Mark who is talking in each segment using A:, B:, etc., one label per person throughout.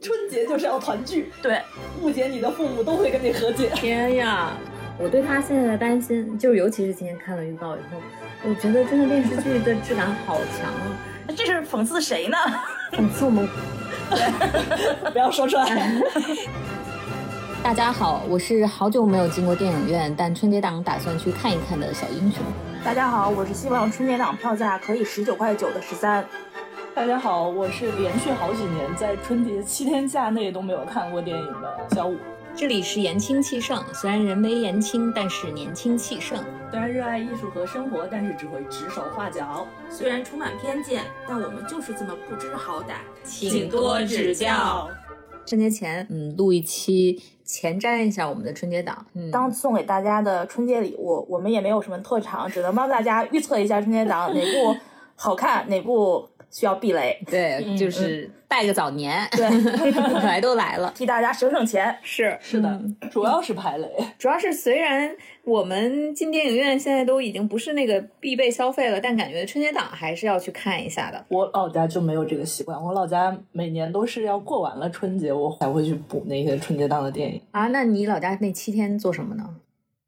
A: 春节就是要团聚，
B: 对，
A: 误解你的父母都会跟你和解。
B: 天呀，
C: 我对他现在的担心，就是尤其是今天看了预告以后，我觉得真的电视剧的质感好强啊，
B: 这是讽刺谁呢？
D: 嗯
C: 讽刺我们。
A: 不要说出来。
D: 大家好，我是好久没有进过电影院，但春节档打算去看一看的小英雄。
B: 大家好，我是希望春节档票价可以十九块九的十三。
A: 大家好，我是连续好几年在春节七天假内都没有看过电影的小五。
D: 这里是言轻气盛，虽然人微言轻，但是年轻气盛。
A: 虽然热爱艺术和生活，但是只会指手画脚。
E: 虽然充满偏见，但我们就是这么不知好歹，
B: 请多指教。
D: 春节前，嗯，录一期前瞻一下我们的春节档。嗯，
B: 当送给大家的春节礼物，我们也没有什么特长，只能帮大家预测一下春节档哪部好看，哪部需要避雷，
D: 对，
C: 嗯
D: 就是拜个早年，
B: 对，
D: 来都来了。
B: 替大家省省钱。
C: 是，
A: 是的，嗯主要是排雷。
C: 主要是虽然我们进电影院现在都已经不是那个必备消费了，但感觉春节档还是要去看一下的。
A: 我老家就没有这个习惯，我老家每年都是要过完了春节，我才会去补那些春节档的电影。
D: 啊，那你老家那七天做什么呢？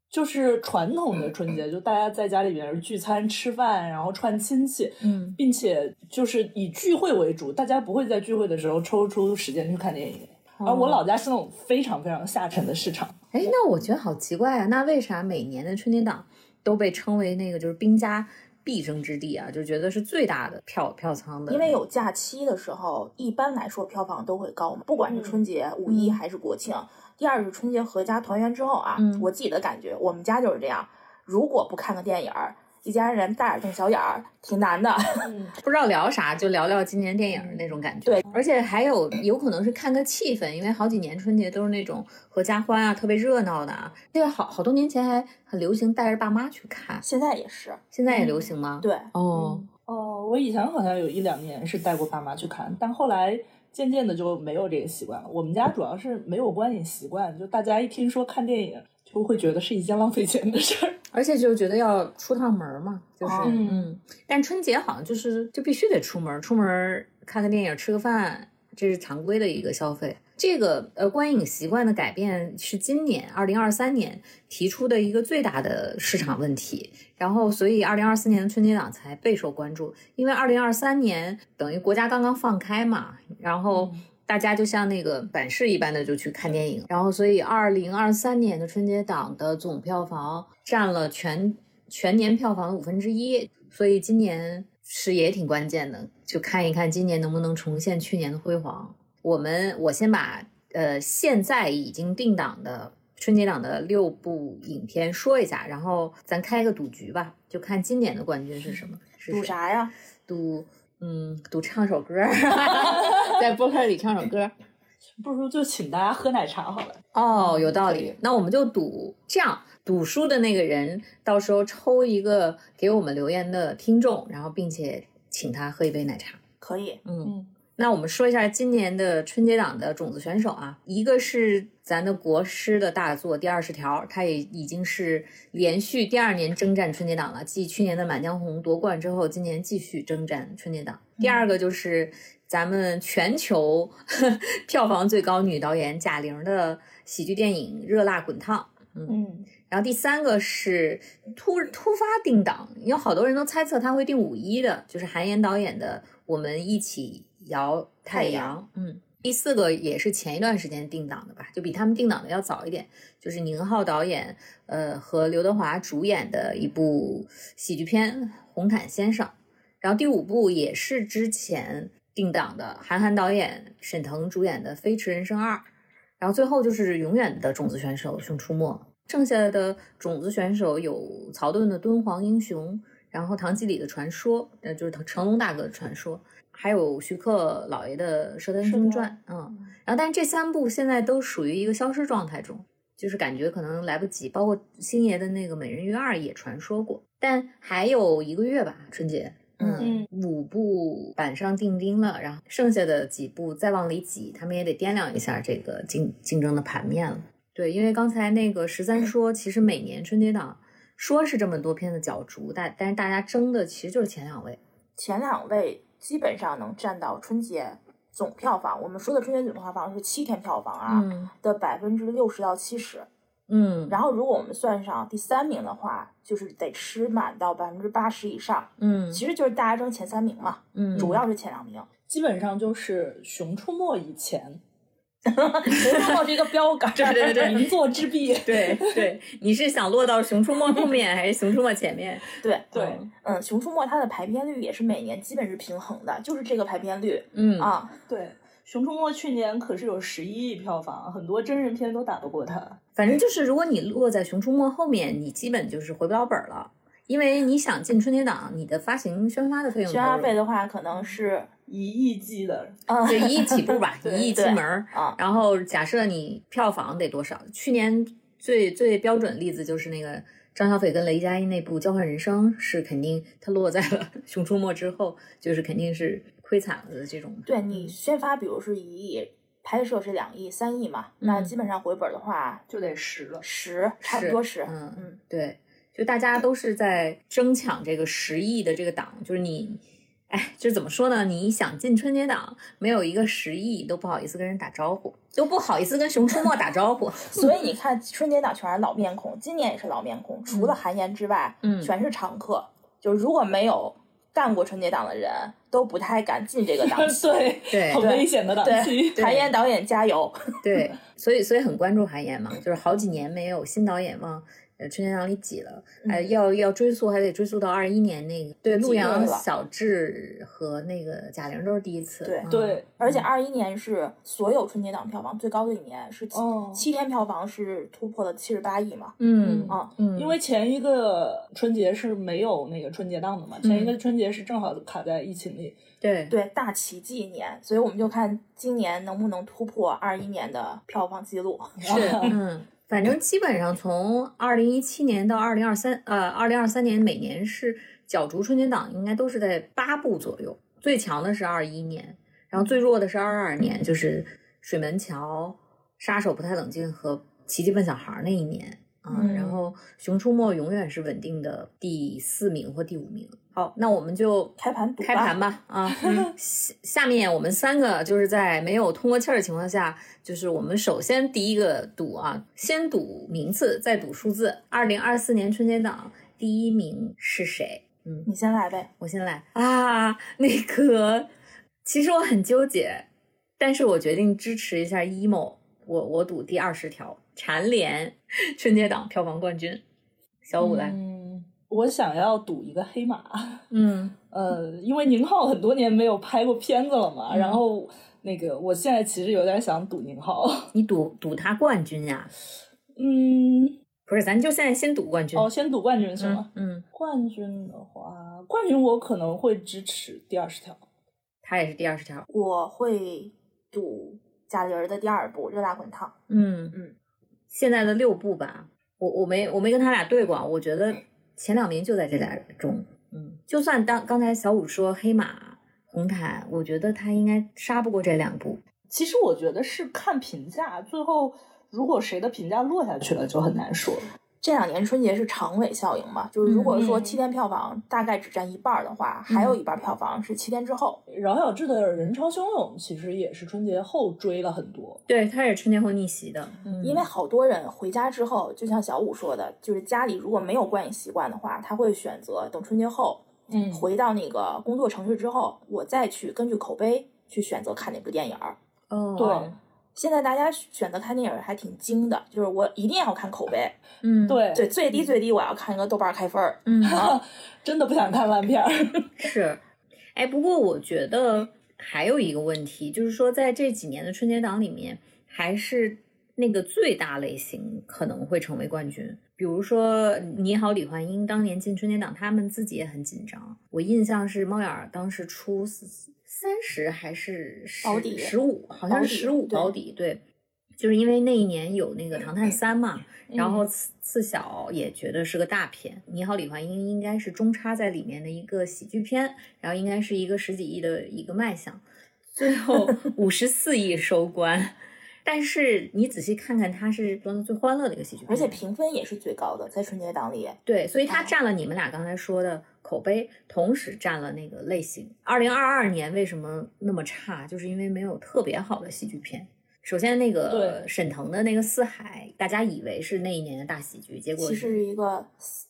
A: 就是传统的春节，就大家在家里边聚餐吃饭，然后串亲戚，
D: 嗯，
A: 并且就是以聚会为主，大家不会在聚会的时候抽出时间去看电影。而啊
D: 哦
A: 我老家是那种非常非常下沉的市场，
D: 哎，那我觉得好奇怪啊，那为啥每年的春节档都被称为那个就是兵家必争之地啊？就觉得是最大的票票仓的，
B: 因为有假期的时候，一般来说票房都会高嘛，不管是
D: 嗯
B: 春节、五一还是国庆。第二是春节合家团圆之后啊，
D: 嗯
B: 我自己的感觉，我们家就是这样，如果不看个电影儿，一家人大眼瞪小眼儿，挺难的。
D: 不知道聊啥，就聊聊今年电影那种感觉。
B: 对，
D: 而且还有有可能是看个气氛，因为好几年春节都是那种合家欢啊，特别热闹的啊。那个好好多年前还很流行带着爸妈去看，
B: 现在也是，
D: 现在也流行
B: 嗯
D: 吗？
B: 对，
D: 哦，
A: 哦，我以前好像有一两年是带过爸妈去看，但后来渐渐的就没有这个习惯了。我们家主要是没有观影习惯，就大家一听说看电影，就会觉得是一件浪费钱的事儿。
D: 而且就觉得要出趟门儿嘛，就是、
B: 哦
D: 嗯，但春节好像就是就必须得出门儿，出门儿看个电影，吃个饭，这是常规的一个消费。这个呃观影习惯的改变是今年二零二三年提出的一个最大的市场问题，然后所以二零二四年的春节档才备受关注，因为二零二三年等于国家刚刚放开嘛，然后。大家就像那个版式一般的就去看电影，然后所以二零二三年的春节档的总票房占了全全年票房的五分之一，所以今年是也挺关键的，就看一看今年能不能重现去年的辉煌。我们我先把呃现在已经定档的春节档的六部影片说一下，然后咱开个赌局吧，就看今年的冠军是什么，是
B: 赌
D: 谁
B: 啥呀？
D: 赌嗯赌唱首歌， 在播客里唱首歌。
A: 不如就请大家喝奶茶好了。
D: 哦，有道
A: 可
D: 理
A: 以。
D: 那我们就赌这样，赌输的那个人到时候抽一个给我们留言的听众，然后并且请他喝一杯奶茶。
B: 可以，
D: 嗯，
A: 嗯
D: 那我们说一下今年的春节档的种子选手啊，一个是咱的国师的大作《第二十条》，他也已经是连续第二年征战春节档了，继去年的《满江红》夺冠之后，今年继续征战春节档。第二个就是咱们全球 票房最高女导演贾玲的喜剧电影《热辣滚烫》。
B: 嗯，
D: 然后第三个是突突发定档，有好多人都猜测他会定五一的，就是韩延导演的《我们一起摇太
B: 太
D: 阳》。嗯，第四个也是前一段时间定档的吧，就比他们定档的要早一点，就是宁浩导演呃和刘德华主演的一部喜剧片《红毯先生》。然后第五部也是之前定档的，韩寒导演、沈腾主演的《飞驰人生二》，然后最后就是永远的种子选手《熊出没》，剩下的种子选手有曹盾的《敦煌英雄》，然后唐季礼的《传说》，呃，就是成成龙大哥的《传说》，还有徐克老爷的《射雕英雄传》，嗯，然后但是这三部现在都属于一个消失状态中，就是感觉可能来不及，包括星爷的那个《美人鱼二》也传说过，但还有一个月吧，春节。嗯，五部板上钉钉了，然后剩下的几部再往里挤，他们也得掂量一下这个竞竞争的盘面了。对，因为刚才那个十三说，其实每年春节档说是这么多片的角逐，但但是大家争的其实就是前两位。
B: 前两位基本上能占到春节总票房，我们说的春节总票房是七天票房啊、
D: 嗯
B: 的百分之六十到七十。
D: 嗯
B: 然后如果我们算上第三名的话，就是得吃满到百分之八十以上，
D: 嗯
B: 其实就是大家争前三名嘛，
D: 嗯，
B: 主要是前两名。
A: 基本上就是《熊出没》以前
B: 熊出没是一个标杆，
D: 对 对对
A: 名作之壁。
D: 对对，你是想落到《熊出没》后面还是《熊出没》前面？
B: 对
A: 对，
B: 嗯，熊出没它的排片率也是每年基本是平衡的，就是这个排片率
D: 嗯
B: 啊。
A: 对，《熊出没》去年可是有十一亿票房，很多真人片都打不过它。
D: 反正就是，如果你落在《熊出没》后面，你基本就是回不了本儿了，因为你想进春节档，你的发行宣发的费用
B: 宣发
D: 投入
B: 费的话，可能是
A: 一亿计的，
B: 嗯
D: 对一亿起 步吧，
A: 对
D: 一亿进门儿。
B: 啊，
D: 然后假设你票房得多少？去年最最标准例子就是那个张小斐跟雷佳音那部《交换人生》，是肯定它落在了《熊出没》之后，就是肯定是亏惨了的这种。
B: 对你宣发，比如是一亿，拍摄是两亿、三亿嘛，
D: 嗯
B: 那基本上回本的话，
A: 就得十了。
B: 十差不多十，
D: 嗯
B: 嗯，
D: 对，就大家都是在争抢这个十亿的这个档，就是你，哎，就是怎么说呢？你想进春节档，没有一个十亿都不好意思跟人打招呼，都不好意思跟《熊出没》打招呼。
B: 所以你看春节档全是老面孔，今年也是老面孔，除了韩延之外，
D: 嗯
B: 全是常客。就如果没有干过春节档的人，都不太敢进这个档期。
A: 对，
D: 对
A: 很危险的档期。
B: 对，韩延导演加油！
D: 对，所以所以很关注韩延嘛，就是好几年没有新导演往呃春节档里挤了，还、
B: 嗯
D: 要要追溯还得追溯到二一年那个对
B: 几
D: 陆
B: 个
D: 阳、
B: 了
D: 小智和那个贾玲都是第一次，
B: 对
D: 嗯
A: 对，
B: 而且二一年是所有春节档票房最高的一年，是七
A: 哦
B: 七天票房是突破了七十八亿嘛？
D: 嗯
B: 啊
D: 嗯，
A: 因为前一个春节是没有那个春节档的嘛，前一
D: 嗯
A: 个春节是正好卡在疫情里。
D: 对
B: 对，大奇迹一年，所以我们就看今年能不能突破二一年的票房记录。
D: 是嗯。反正基本上从二零一七年到二零二三，呃，二零二三年每年是角逐春节档，应该都是在八部左右。最强的是二一年，然后最弱的是二二年，就是《水门桥》《杀手不太冷静》和《奇迹笨小孩》那一年啊。
B: 嗯
D: 然后《熊出没》永远是稳定的第四名或第五名。好，那我们就
B: 开盘赌吧
D: 开盘吧啊！ 下下面我们三个就是在没有通过气儿的情况下，就是我们首先第一个赌啊，先赌名次，再赌数字。二零二四年春节档第一名是谁？嗯，
B: 你先来呗，
D: 我先来啊，那个，其实我很纠结，但是我决定支持一下 emo，我我赌第二十条蝉联 春节档票房冠军，小五来，
A: 嗯，我想要赌一个黑马。
D: 嗯
A: 呃，因为宁浩很多年没有拍过片子了嘛，
D: 嗯
A: 然后那个我现在其实有点想赌宁浩。
D: 你赌赌他冠军呀、
A: 嗯，
D: 不是，咱就现在先赌冠军。
A: 哦，先赌冠军行吗？
D: 嗯，嗯，
A: 冠军的话，冠军我可能会支持第二十条。
D: 他也是第二十条。
B: 我会赌贾玲儿的第二部《热辣滚烫》。
D: 嗯
B: 嗯，
D: 现在的六部吧，我我没我没跟他俩对过啊，我觉得前两名就在这俩中。嗯，就算当刚才小五说黑马红毯，我觉得他应该杀不过这两部。
A: 其实我觉得是看评价，最后如果谁的评价落下去了，就很难说。
B: 这两年春节是长尾效应嘛，就是如果说
A: 嗯
B: 七天票房大概只占一半儿的话，还
D: 嗯
B: 有一半儿票房是七天之后。
A: 饶小志的《人潮汹涌》其实也是春节后追了很多，
D: 对，他也是春节后逆袭的。嗯
B: 因为好多人回家之后，就像小五说的，就是家里如果没有观影习惯的话，他会选择等春节后
A: 嗯
B: 回到那个工作城市之后，我再去根据口碑去选择看哪部电影儿。
A: 对
D: 哦，
B: 现在大家选择看电影儿还挺精的，就是我一定要看口碑，
D: 对，嗯，
A: 对，
B: 对，最低最低我要看一个豆瓣儿开分儿。
D: 嗯，
A: 真的不想看烂片儿。
D: 是，哎，不过我觉得还有一个问题，就是说在这几年的春节档里面，还是那个最大类型可能会成为冠军。比如说《你好，李焕英》当年进春节档，他们自己也很紧张。我印象是猫眼儿当时出三十还是
B: 保底
D: 十五，好像
B: 保
D: 是
B: 底
D: 十五
B: 对嗯
D: 保底，对。就是因为那一年有那个《唐探三》嘛，然后次次小也觉得是个大片，《你好，李焕英》应该是中插在里面的一个喜剧片，然后应该是一个十几亿的一个卖相，最后五十四亿收官。但是你仔细看看，它是装的最
A: 嗯
D: 欢乐的一个喜剧片，
B: 而且评分也是最高的，在春节档里，
D: 对，所以它
B: 哦
D: 占了你们俩刚才说的口碑同时占了那个类型。二零二二年为什么那么差，就是因为没有特别好的喜剧片。首先，那个
A: 对
D: 沈腾的那个《四海》，大家以为是那一年的大喜剧，结果
B: 其实是一个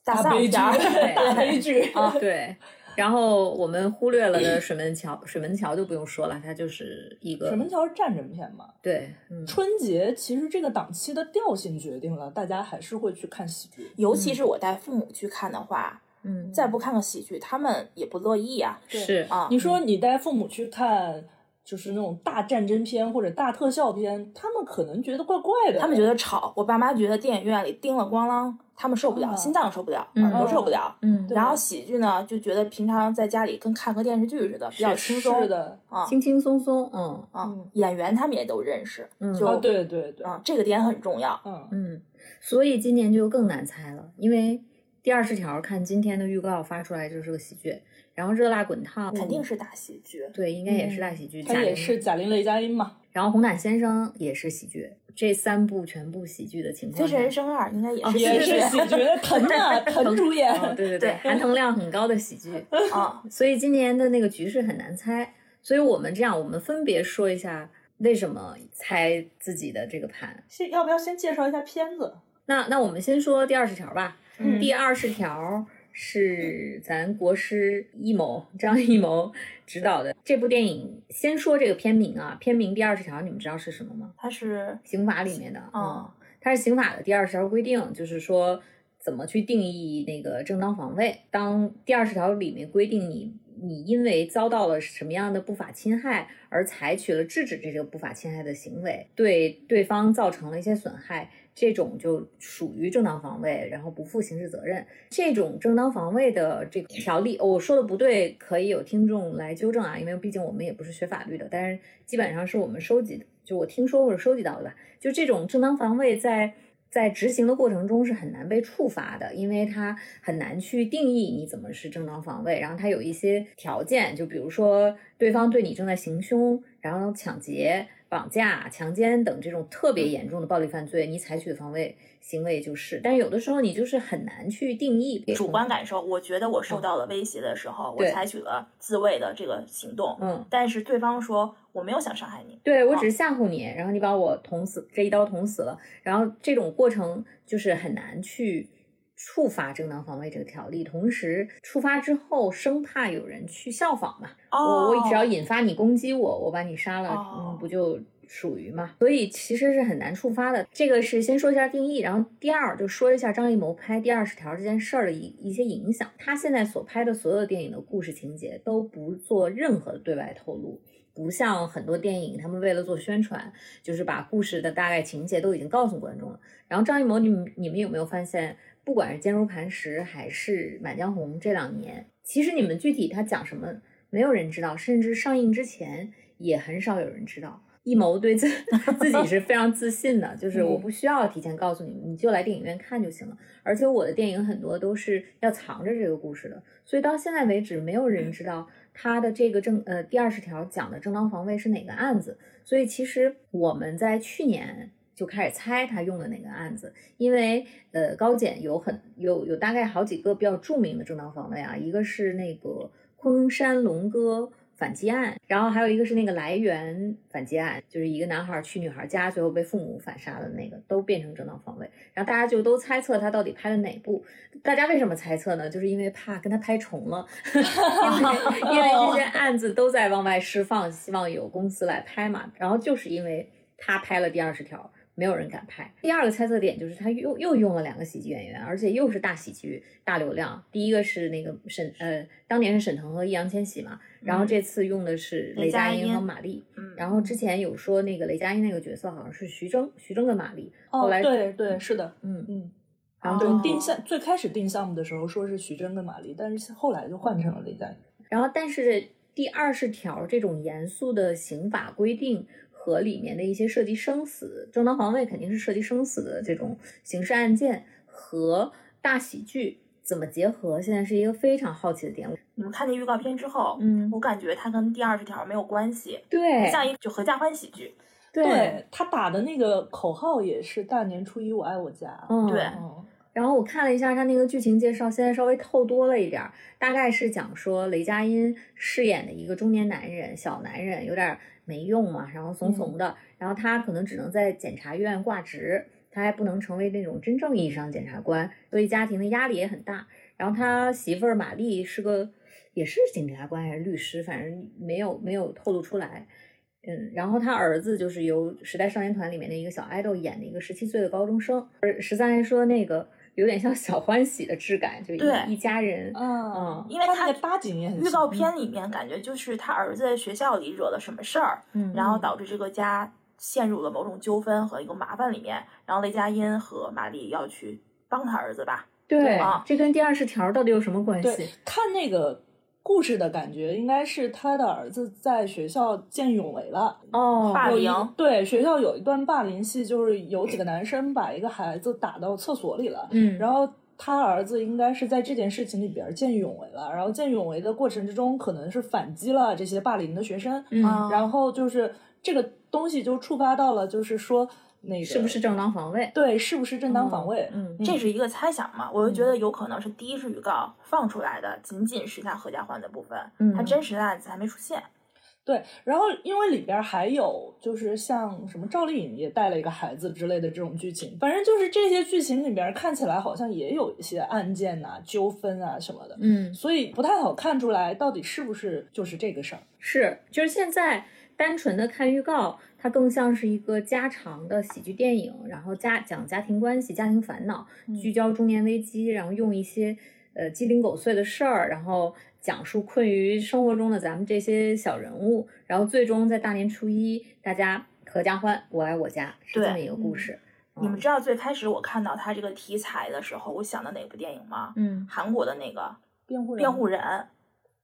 B: 大
A: 大
B: 丧
A: 悲剧
B: 片 儿，
A: 大悲剧
D: 啊， 对。然后我们忽略了的水门桥，水门桥就不用说了，它就是一个
A: 水门桥是战争片嘛？
D: 对，嗯，
A: 春节其实这个档期的调性决定了，大家还是会去看喜剧。
B: 尤其是我带父母去看的话，
D: 嗯，
B: 再不看个喜剧，他们也不乐意啊。
A: 对
D: 是
B: 啊，
A: 你说你带父母去看，就是那种大战争片或者大特效片，他们可能觉得怪怪的，
B: 他们觉得吵，我爸妈觉得电影院里叮了咣啷，他们受不了，
A: 啊
B: 心脏受不了，
D: 嗯
B: 耳朵受不了。
D: 嗯，
A: 对
B: 然后喜剧呢，就觉得平常在家里跟看个电视剧似的，比较轻松。
A: 是的，
B: 啊
D: 轻轻松松，嗯
B: 啊
A: 嗯，
B: 演员他们也都认识，
D: 嗯
B: 就
A: 啊，对对对，
B: 啊，这个点很重要。
A: 嗯，
D: 嗯，所以今年就更难猜了，因为第二十条看今天的预告发出来就是个喜剧，然后热辣滚烫
A: 嗯
B: 肯定是大喜剧，
D: 对，应该也是大喜
B: 嗯
D: 剧，
A: 他
D: 贾
A: 也
D: 玲
A: 是贾玲、雷佳音嘛，
D: 然后红毯先生也是喜剧，这三部全部喜剧的情
B: 《飞
D: 况下，
B: 驰人生二》应该也
D: 哦
B: 是
A: 啊也
B: 喜
A: 是喜
B: 剧
A: 剧，腾啊， 腾主演，
D: 哦，对对
B: 对
D: 含糖量很高的喜剧，
B: 啊，
D: 所以今年的那个局势很难猜。所以我们这样，我们分别说一下为什么猜自己的这个盘。
A: 是要不要先介绍一下片子？
D: 那那我们先说第二十条吧。
B: 嗯
D: 第二十条是咱国师艺谋张艺谋执导的这部电影。先说这个片名啊，片名第二十条你们知道是什么吗？
B: 它是
D: 刑法里面的啊、
B: 哦
D: 嗯它是刑法的第二十条规定，就是说怎么去定义那个正当防卫。当第二十条里面规定你你因为遭到了什么样的不法侵害而采取了制止这个不法侵害的行为，对对方造成了一些损害。这种就属于正当防卫，然后不负刑事责任。这种正当防卫的这个条例，哦我说的不对，可以有听众来纠正啊，因为毕竟我们也不是学法律的，但是基本上是我们收集的，就我听说或者收集到的吧。就这种正当防卫在在执行的过程中是很难被触发的，因为它很难去定义你怎么是正当防卫，然后它有一些条件，就比如说对方对你正在行凶，然后抢劫、绑架、强奸等这种特别严重的暴力犯罪，你采取的防卫行为就是，但有的时候你就是很难去定义
B: 主观，感受。我觉得我受到了威胁的时候，我
D: 嗯对
B: 采取了自卫的这个行动，
D: 嗯。
B: 但是对方说我没有想伤害你，
D: 对我
B: 啊
D: 只是吓唬你，然后你把我捅死，这一刀捅死了，然后这种过程就是很难去触发正当防卫这个条例，同时触发之后，生怕有人去效仿嘛，
B: 哦，
D: 我我只要引发你攻击我，我把你杀了，
B: 哦
D: 嗯，不就属于嘛？所以其实是很难触发的。这个是先说一下定义，然后第二就说一下张艺谋拍第二十条这件事儿的一一些影响。他现在所拍的所有的电影的故事情节都不做任何的对外透露。不像很多电影，他们为了做宣传，就是把故事的大概情节都已经告诉观众了。然后张艺谋，你们你们有没有发现，不管是《坚如磐石》还是《满江红》，这两年其实你们具体他讲什么，没有人知道，甚至上映之前也很少有人知道。艺谋对自 自己是非常自信的，就是我不需要提前告诉你，你就来电影院看就行了。而且我的电影很多都是要藏着这个故事的，所以到现在为止，没有人知道他的这个正呃第二十条讲的正当防卫是哪个案子。所以其实我们在去年就开始猜他用的哪个案子，因为呃高检有很有有大概好几个比较著名的正当防卫啊，一个是那个昆山龙哥反击案，然后还有一个是那个来源反击案，就是一个男孩去女孩家，最后被父母反杀的那个，都变成正当防卫。然后大家就都猜测他到底拍的哪部。大家为什么猜测呢？就是因为怕跟他拍 重了，因为因为这些案子都在往外释放，希望有公司来拍嘛。然后就是因为他拍了第二十条。没有人敢拍。第二个猜测点就是他又又用了两个喜剧演员，而且又是大喜剧、大流量。第一个是那个沈呃，当年是沈腾和易烊千玺嘛，然后这次用的是
B: 嗯雷
D: 雷
B: 佳
D: 佳音
B: 音
D: 和马丽。
B: 嗯，
D: 然后之前有说那个雷佳音那个角色好像是徐峥，徐峥跟马丽，后
A: 哦
D: 来，
A: 对对，是的，
D: 嗯，
A: 嗯，
D: 然后
B: 哦
A: 对，定项最开始定项目的时候说是徐峥跟马丽，但是后来就换成了雷佳音。
D: 然后，但是第二十条这种严肃的刑法规定和里面的一些涉及生死、正当防卫肯定是涉及生死的这种刑事案件和大喜剧怎么结合，现在是一个非常好奇的点。
B: 你们看那预告片之后，
D: 嗯
B: 我感觉它跟第二十条没有关系，
D: 对
B: 像一个就合家欢喜剧，
D: 对，
A: 他打的那个口号也是“大年初一我爱我家”。
D: 嗯，
B: 对
A: 嗯，
D: 然后我看了一下他那个剧情介绍，现在稍微透多了一点儿，大概是讲说雷佳音饰演的一个中年男人，小男人有点没用嘛，然后怂怂的，然后他可能只能在检察院挂职，他还不能成为那种真正意义上检察官，所以家庭的压力也很大。然后他媳妇儿玛丽是个也是检察官还是律师，反正没有没有透露出来。嗯，然后他儿子就是由《时代少年团》里面的一个小爱豆演的一个十七岁的高中生，而十三还说那个有点像小欢喜的质感，就
B: 对
D: 一一家人，
A: 嗯
D: 嗯，
B: 因为
A: 他那
B: 他
A: 个八景也很
B: 预告
A: 像
B: 片里面感觉就是他儿子在学校里惹了什么事儿，
D: 嗯
B: 然后导致这个家陷入了某种纠纷和一个麻烦里面，然后雷佳音和玛丽要去帮他儿子吧。
D: 对
B: 啊，
D: 这跟第二十条到底有什么关
A: 对
D: 系？，
A: 看那个故事的感觉，应该是他的儿子在学校见义勇为了。
D: 哦，
B: 霸
A: 有一
B: 凌
A: 对学校有一段霸凌戏，就是有几个男生把一个孩子打到厕所里了，
D: 嗯，
A: 然后他儿子应该是在这件事情里边见义勇为了，然后见义勇为的过程之中，可能是反击了这些霸凌的学生，
D: 嗯，
B: 啊
A: 然后就是这个东西就触发到了，就是说那个
D: 嗯是不是正当防卫？
A: 对是不是正当防卫？
D: 嗯，
B: 这是一个猜想嘛，我就觉得有可能是第一是预告放出来的，仅仅是他合家欢的部分，
D: 嗯
B: 他真实的案子还没出现。
A: 对，然后因为里边儿还有就是像什么赵丽颖也带了一个孩子之类的这种剧情，反正就是这些剧情里边儿看起来好像也有一些案件呐、纠纷啊什么的，
D: 嗯，
A: 所以不太好看出来到底是不是就是这个事儿。
D: 是，就是现在单纯的看预告，它更像是一个家常的喜剧电影，然后家讲家庭关系、家庭烦恼，
B: 嗯
D: 聚焦中年危机，然后用一些呃鸡零狗碎的事儿，然后讲述困于生活中的咱们这些小人物，然后最终在大年初一大家合家欢，我爱我家，是这
B: 对
D: 么一个故事。嗯
B: 你
D: 哦
B: 们知道最开始我看到他这个题材的时候，我想到哪部电影吗？
D: 嗯，
B: 韩国的那个
A: 辩护人，
B: 辩护人，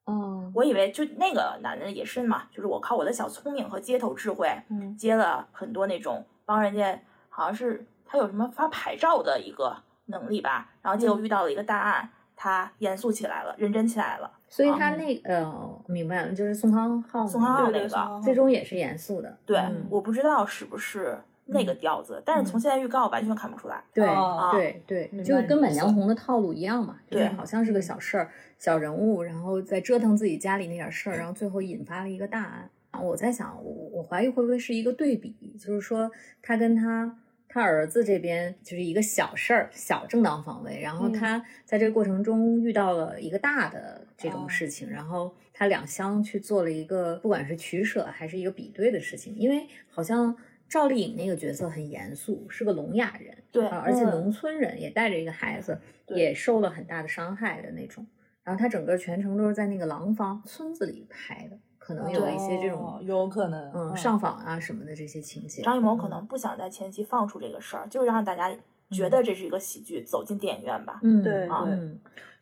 D: 哦，
B: 我以为就那个男人也是嘛，就是我靠我的小聪明和街头智慧，
D: 嗯
B: 接了很多那种帮人家，好像是他有什么发牌照的一个能力吧，然后结果
D: 嗯
B: 遇到了一个大案，他严肃起来了，认真起来了。
D: 所以他那呃，明白了，就是宋康昊，
B: 宋康昊
A: 对
B: 那
A: 对
B: 个
A: 宋
D: 最终也是严肃的，
B: 对，
D: 嗯
B: 我不知道是不是那个调子，但是从现在预告完全看不出来。
D: 对、
A: 哦
D: 对对，
A: 明
D: 啊就
A: 白你
D: 跟
A: 的
D: 满
A: 意思
D: 江红的套路一样嘛，就是
B: 对
D: 好像是个小事儿、小人物，然后再折腾自己家里那点事儿，然后最后引发了一个大案。啊我在想，我我怀疑会不会是一个对比，就是说他跟他他儿子这边就是一个小事儿、小正当防卫，然后
A: 嗯
D: 他在这个过程中遇到了一个大的这种
A: 哦
D: 事情，然后他两相去做了一个不管是取舍还是一个比对的事情，因为好像赵丽颖那个角色很严肃，是个聋哑人。
B: 对
D: 啊，而且
A: 嗯
D: 农村人也带着一个孩子，
A: 对
D: 也受了很大的伤害的那种。然后他整个全程都是在那个廊坊村子里拍的，可能嗯有一些这种、
A: 哦有可能
D: 嗯
A: 嗯
D: 上访啊什么的这些情节。
B: 张艺谋可能不想在前期放出这个事儿，就是让大家觉得这是一个喜剧，走进电影院吧。
D: 嗯
A: 对
B: 啊
A: 对
D: 嗯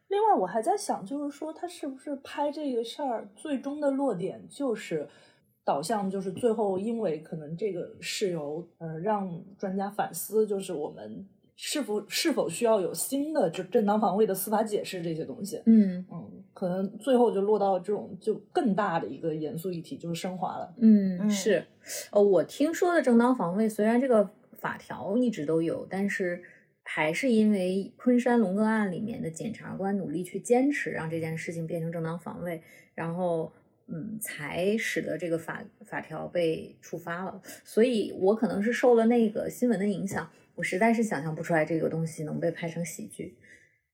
A: 另外，我还在想，就是说他是不是拍这个事儿最终的落点就是导向，就是最后因为可能这个事由，呃，让专家反思，就是我们是否是否需要有新的就正当防卫的司法解释这些东西。
D: 嗯
A: 嗯，可能最后就落到这种就更大的一个严肃议题，就是升华了。
D: 嗯
B: 嗯
D: 是，呃，我听说的正当防卫虽然这个法条一直都有，但是。还是因为昆山龙哥案里面的检察官努力去坚持，让这件事情变成正当防卫，然后嗯，才使得这个法法条被触发了。所以我可能是受了那个新闻的影响，我实在是想象不出来这个东西能被拍成喜剧。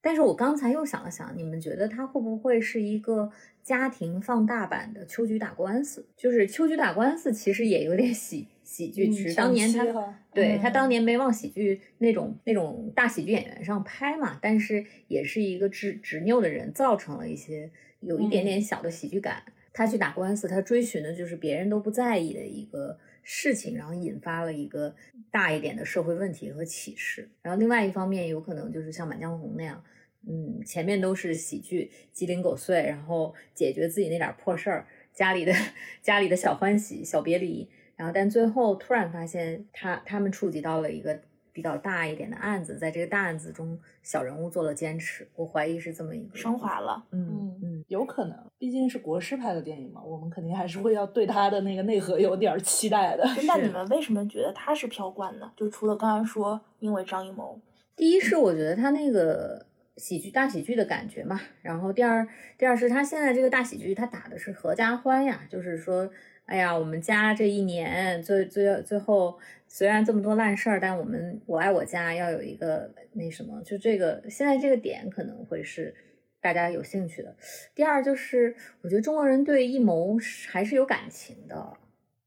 D: 但是我刚才又想了想，你们觉得它会不会是一个家庭放大版的秋菊打官司？就是秋菊打官司其实也有点喜喜
A: 嗯
D: 剧，只嗯是当年他
A: 前期哈
D: 对他
B: 嗯
D: 当年没往喜剧那种那种大喜剧演员上拍嘛，但是也是一个执执拗的人，造成了一些有一点点小的喜剧感。他去打官司，他追寻的就是别人都不在意的一个事情，然后引发了一个大一点的社会问题和启示。然后另外一方面，有可能就是像《满江红》那样，嗯，前面都是喜剧，鸡零狗碎，然后解决自己那点儿破事儿，家里的 家里的小欢喜、小别离，然后但最后突然发现他他们触及到了一个比较大一点的案子，在这个大案子中，小人物做了坚持，我怀疑是这么一个
B: 升华，了，
D: 嗯
A: 嗯
D: 嗯，
A: 有可能，毕竟是国师拍的电影嘛，我们肯定还是会要对他的那个内核有点儿期待的。
B: 那你们为什么觉得他是飘冠呢？就除了刚刚说因为张艺谋，
D: 第一是我觉得他那个喜剧大喜剧的感觉嘛，然后第二第二是他现在这个大喜剧，他打的是合家欢呀，就是说，哎呀，我们家这一年最最最后虽然这么多烂事儿，但我们我爱我家要有一个那什么，就这个现在这个点可能会是。大家有兴趣的。第二就是，我觉得中国人对阴谋是还是有感情的。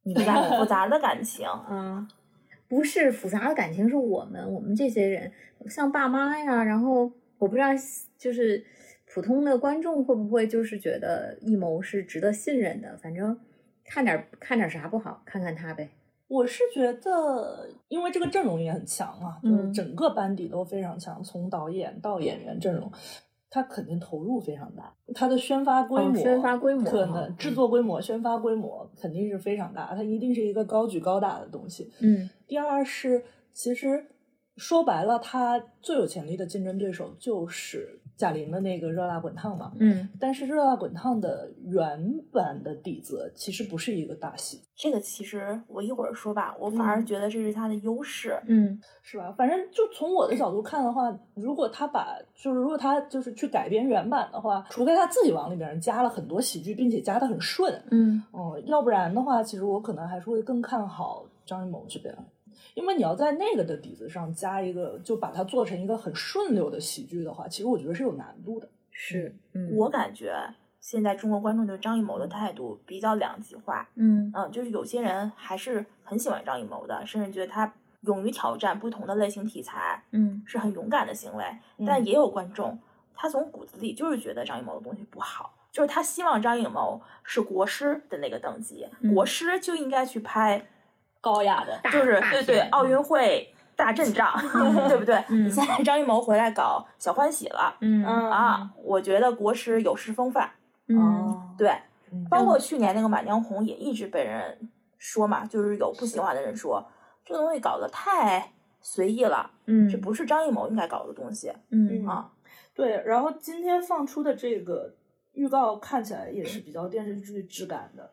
D: 你
B: 复
D: 们
B: 杂复杂的感情，
D: 嗯，不是复杂的感情，是我们我们这些人，像爸妈呀，然后我不知道就是普通的观众会不会就是觉得艺谋是值得信任的，反正看点儿看点儿啥不好，看看他呗。
A: 我是觉得，因为这个阵容也很强啊，就
D: 嗯
A: 是整个班底都非常强，从导演到演员阵容，他肯定投入非常大，他的宣发规
D: 哦
A: 模、
D: 宣发规模
A: 可
D: 哈嗯
A: 能制作规模、宣发规模肯定是非常大，它一定是一个高举高打的东西。
D: 嗯
A: 第二是，其实说白了，他最有潜力的竞争对手就是贾玲的那个《热辣滚烫》嘛。
D: 嗯，
A: 但是《热辣滚烫》的原版的底子其实不是一个大戏，
B: 这个其实我一会儿说吧，我反而觉得这是他的优势。
D: 嗯
A: 是吧？反正就从我的角度看的话，如果他把就是如果他就是去改编原版的话，除非他自己往里面加了很多喜剧，并且加的很顺，
D: 嗯
A: 哦、要不然的话，其实我可能还是会更看好张艺谋这边，因为你要在那个的底子上加一个，就把它做成一个很顺溜的喜剧的话，其实我觉得是有难度的。
D: 是嗯
B: 我感觉现在中国观众对张艺谋的态度比较两极化，
D: 嗯
B: 嗯，就是有些人还是很喜欢张艺谋的，甚至觉得他勇于挑战不同的类型题材
D: 嗯
B: 是很勇敢的行为，
A: 嗯
B: 但也有观众他从骨子里就是觉得张艺谋的东西不好。就是他希望张艺谋是国师的那个等级，
D: 嗯
B: 国师就应该去拍
A: 高雅的，
D: 大
B: 就是
D: 大
B: 对对
D: 片
B: 奥运会大阵仗， 对不对？
D: 嗯
B: 你现在张艺谋回来搞小欢喜了、
D: 嗯
B: 啊，我觉得国师有失风范。
D: 嗯
B: 对，
A: 嗯
B: 包括去年那个《满江红》也一直被人说嘛，就是有不喜欢的人说这个东西搞得太随意了，
D: 嗯
B: 这不是张艺谋应该搞的东西
D: 嗯
B: 啊。
A: 对，然后今天放出的这个预告看起来也是比较电视剧质感的。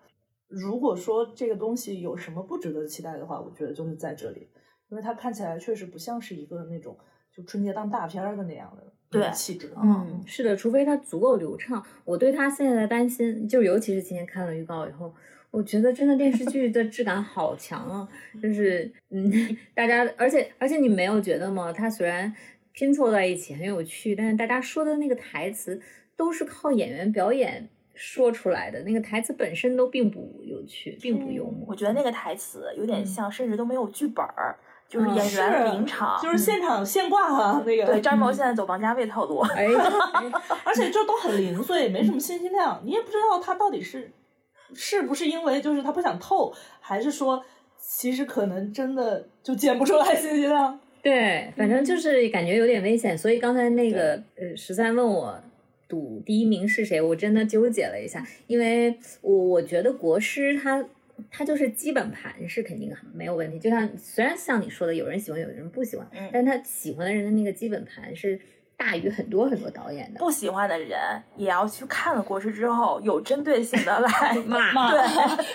A: 如果说这个东西有什么不值得期待的话，我觉得就是在这里，因为它看起来确实不像是一个那种就春节档大片儿的那样的
B: 对
A: 气质啊。
D: 嗯，是的，除非它足够流畅。我对它现在的担心，就尤其是今天看了预告以后，我觉得真的电视剧的质感好强啊！就是嗯，大家，而且而且你没有觉得吗？它虽然拼凑在一起很有趣，但是大家说的那个台词都是靠演员表演说出来的，那个台词本身都并不有趣，并不幽默。
B: 我觉得那个台词有点
D: 嗯
B: 像，甚至都没有剧本儿，就是
D: 嗯
B: 演员
A: 啊是
B: 临场。嗯
A: 就是现场现挂哈、那个
B: 对，张艺谋
D: 嗯
B: 现在走王家卫套路。
D: 哎，
A: 而且就都很零碎，没什么信息量，你也不知道他到底是是不是因为就是他不想透，还是说其实可能真的就剪不出来信息量。
D: 对，反正就是感觉有点危险，所以刚才那个呃十三问我赌第一名是谁，我真的纠结了一下，因为我我觉得国师他他就是基本盘是肯定没有问题，就像虽然像你说的，有人喜欢，有人不喜欢，
B: 嗯
D: 但他喜欢的人的那个基本盘是大于很多很多导演的。
B: 不喜欢的人也要去看了国师之后，有针对性的 来
D: 骂
A: 嘛
B: 对，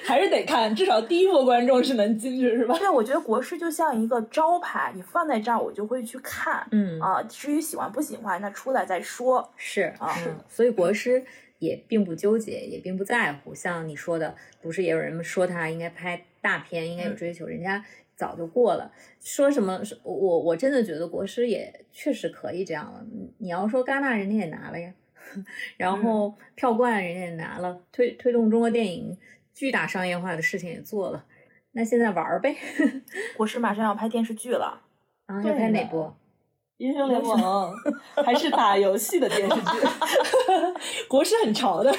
A: 还是得看，至少第一波观众是能进去，是吧？
B: 对，我觉得国师就像一个招牌，你放在这儿，我就会去看。
D: 嗯
B: 啊，至于喜欢不喜欢，那出来再说。
D: 是
B: 啊
D: 嗯所以国师也并不纠结，也并不在乎。像你说的，不是也有人说他应该拍大片，应该有追求，人家早就过了。说什么？我我我真的觉得国师也确实可以这样了。你你要说戛纳，人家也拿了呀， 然后票冠人家也拿了，推推动中国电影巨大商业化的事情也做了。那现在玩儿呗，
B: 国师马上要拍电视剧了，
D: 然后要拍
A: 对
D: 哪
A: 的
D: 部？
A: 英雄联盟还是打游戏的电视剧， 国师很潮的。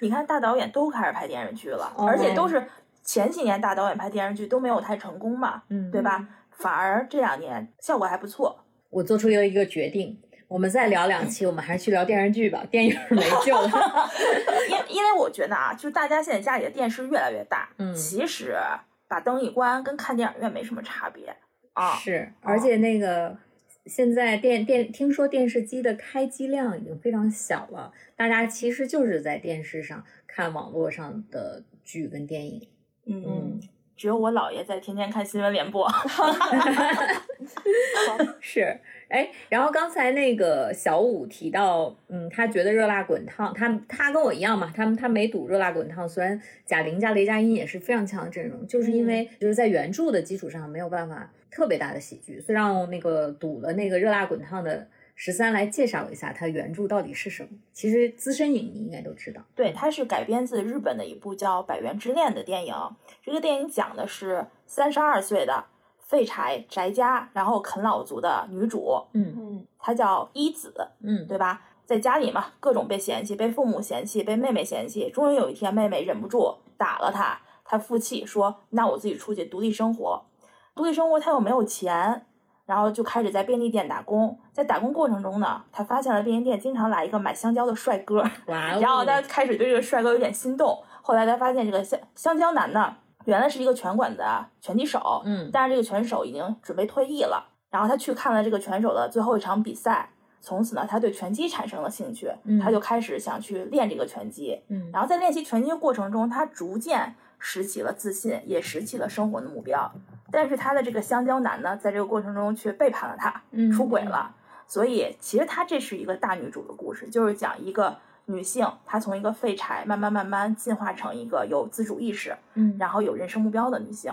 B: 你看大导演都开始拍电视剧了，而且都
D: 哦
B: 是前几年大导演拍电视剧都没有太成功嘛，
D: 嗯，
B: 对吧？反而这两年效果还不错。
D: 我做出了一个决定，我们再聊两期，我们还是去聊电视剧吧，电影儿没救了。
B: 因因为我觉得啊，就大家现在家里的电视越来越大，
D: 嗯
B: 其实把灯一关跟看电影院没什么差别 啊。
D: 是，而且那个现在电电，听说电视机的开机量已经非常小了，大家其实就是在电视上看网络上的剧跟电影。
B: 嗯，只有我姥爷在天天看新闻联播。
D: 是，哎，然后刚才那个小五提到，嗯，他觉得热辣滚烫，他他跟我一样嘛，他他没赌热辣滚烫，虽然贾玲加雷佳音也是非常强的阵容，就是因为
B: 嗯
D: 就是在原著的基础上没有办法特别大的喜剧，所以让那个赌了那个热辣滚烫的十三来介绍一下它原著到底是什么。其实资深影迷应该都知道，
B: 对，它是改编自日本的一部叫《百元之恋》的电影。这个电影讲的是三十二岁的废柴宅家，然后啃老族的女主，
D: 嗯
E: 嗯，
B: 她叫一子，
D: 嗯，
B: 对吧？在家里嘛，各种被嫌弃，被父母嫌弃，被妹妹嫌弃。终于有一天，妹妹忍不住打了她，她负气说：“那我自己出去独立生活。”独立生活，她又没有钱，然后就开始在便利店打工。在打工过程中呢，她发现了便利店经常来一个买香蕉的帅哥，
D: 哇哦，
B: 然后他开始对这个帅哥有点心动。后来他发现这个香香蕉男呢，原来是一个拳馆的拳击手，
D: 嗯
B: 但是这个拳手已经准备退役了。然后他去看了这个拳手的最后一场比赛，从此呢，他对拳击产生了兴趣，
D: 嗯
B: 他就开始想去练这个拳击。
D: 嗯
B: 然后在练习拳击的过程中，他逐渐拾起了自信，也拾起了生活的目标。但是他的这个香蕉男呢，在这个过程中却背叛了他，
D: 嗯
B: 出轨了。所以其实她这是一个大女主的故事，就是讲一个女性，她从一个废柴慢慢慢慢进化成一个有自主意识，
D: 嗯，
B: 然后有人生目标的女性。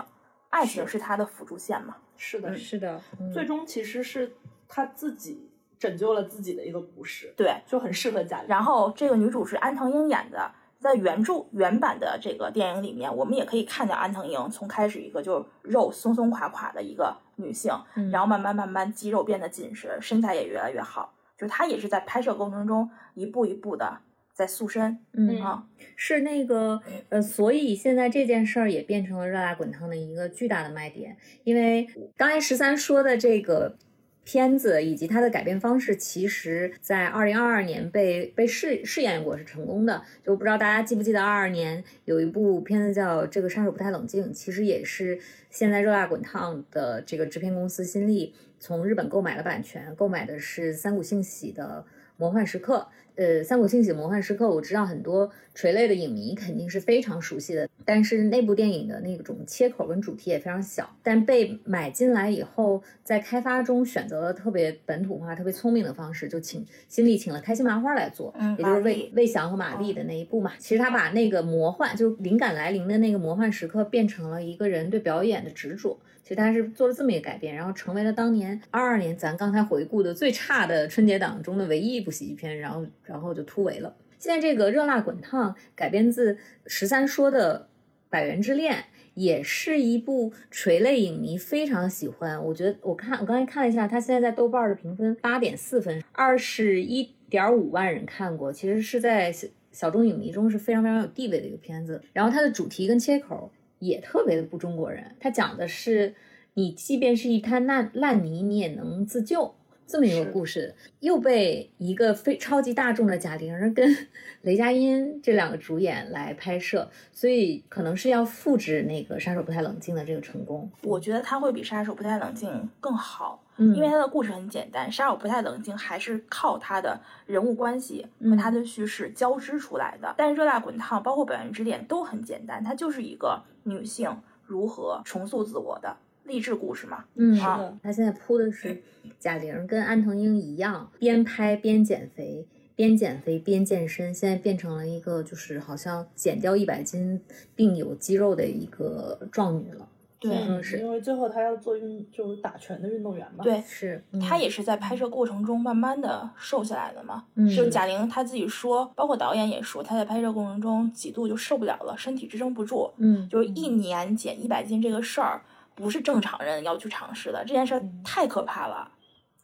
B: 爱情是她的辅助线嘛？
A: 是的，
D: 是的，嗯
A: 最终其实是他自己拯救了自己的一个故事，
B: 对。
A: 就很适合贾玲。
B: 然后这个女主是安藤樱演的，在原著原版的这个电影里面，我们也可以看到安藤樱从开始一个就是肉松松垮垮的一个女性，
D: 嗯
B: 然后慢慢慢慢肌肉变得紧实，身材也越来越好。就她也是在拍摄过程中一步一步的在塑身
D: 嗯
B: 啊。
D: 是那个呃，所以现在这件事儿也变成了热辣滚烫的一个巨大的卖点，因为刚才十三说的这个片子以及它的改编方式，其实在二零二二年被被试试验过是成功的，就不知道大家记不记得二二年有一部片子叫《这个杀手不太冷静》，其实也是现在热辣滚烫的这个制片公司新力从日本购买了版权，购买的是三谷幸喜的《魔幻时刻》。呃，三谷幸喜的《魔幻时刻》，我知道很多垂泪的影迷肯定是非常熟悉的，但是那部电影的那种切口跟主题也非常小，但被买进来以后，在开发中选择了特别本土化、特别聪明的方式，就请新力请了开心麻花来做，
B: 嗯
D: 也就
B: 马
D: 是魏
B: 丽哦
D: 魏翔和马丽的那一部嘛。其实他把那个魔幻，就灵感来临的那个魔幻时刻，变成了一个人对表演的执着。其实他是做了这么一个改变，然后成为了当年二二年咱刚才回顾的最差的春节档中的唯一一部喜剧片，然后然后就突围了。现在这个《热辣滚烫》改编自十三说的《百元之恋》，也是一部垂泪影迷非常喜欢。我觉得我看我刚才看了一下，它现在在豆瓣儿的评分八点四分，二十一点五万人看过，其实是在小小众影迷中是非常非常有地位的一个片子。然后它的主题跟切口也特别的不中国人，它讲的是你即便是一滩烂烂泥，你也能自救。这么一个
A: 是
D: 故事，又被一个非超级大众的贾玲儿跟 雷佳音这两个主演来拍摄，所以可能是要复制那个《杀手不太冷静》的这个成功。
B: 我觉得它会比《杀手不太冷静》更好，
D: 嗯
B: 因为它的故事很简单，《杀手不太冷静》还是靠它的人物关系和
D: 嗯
B: 它的叙事交织出来的。但是《热辣滚烫》包括《百元之恋》都很简单，它就是一个女性如何重塑自我的励志故事嘛。
D: 嗯，
A: 是的
D: 他现在铺的是贾玲跟安藤英一样，边拍边减肥，边减肥边健身，现在变成了一个就是好像减掉一百斤并有肌肉的一个壮女了。
B: 对
D: 嗯是
A: 因为最后他要做运，就是打拳的运动员嘛。，
B: 对，
D: 是，
B: 她也是在拍摄过程中慢慢的瘦下来的嘛。
D: 嗯
B: 就贾玲她自己说，包括导演也说，她在拍摄过程中几度就受不了了，身体支撑不住，
D: 嗯
B: 就是一年减一百斤这个事儿，不是正常人要去尝试的，这件事儿太可怕了。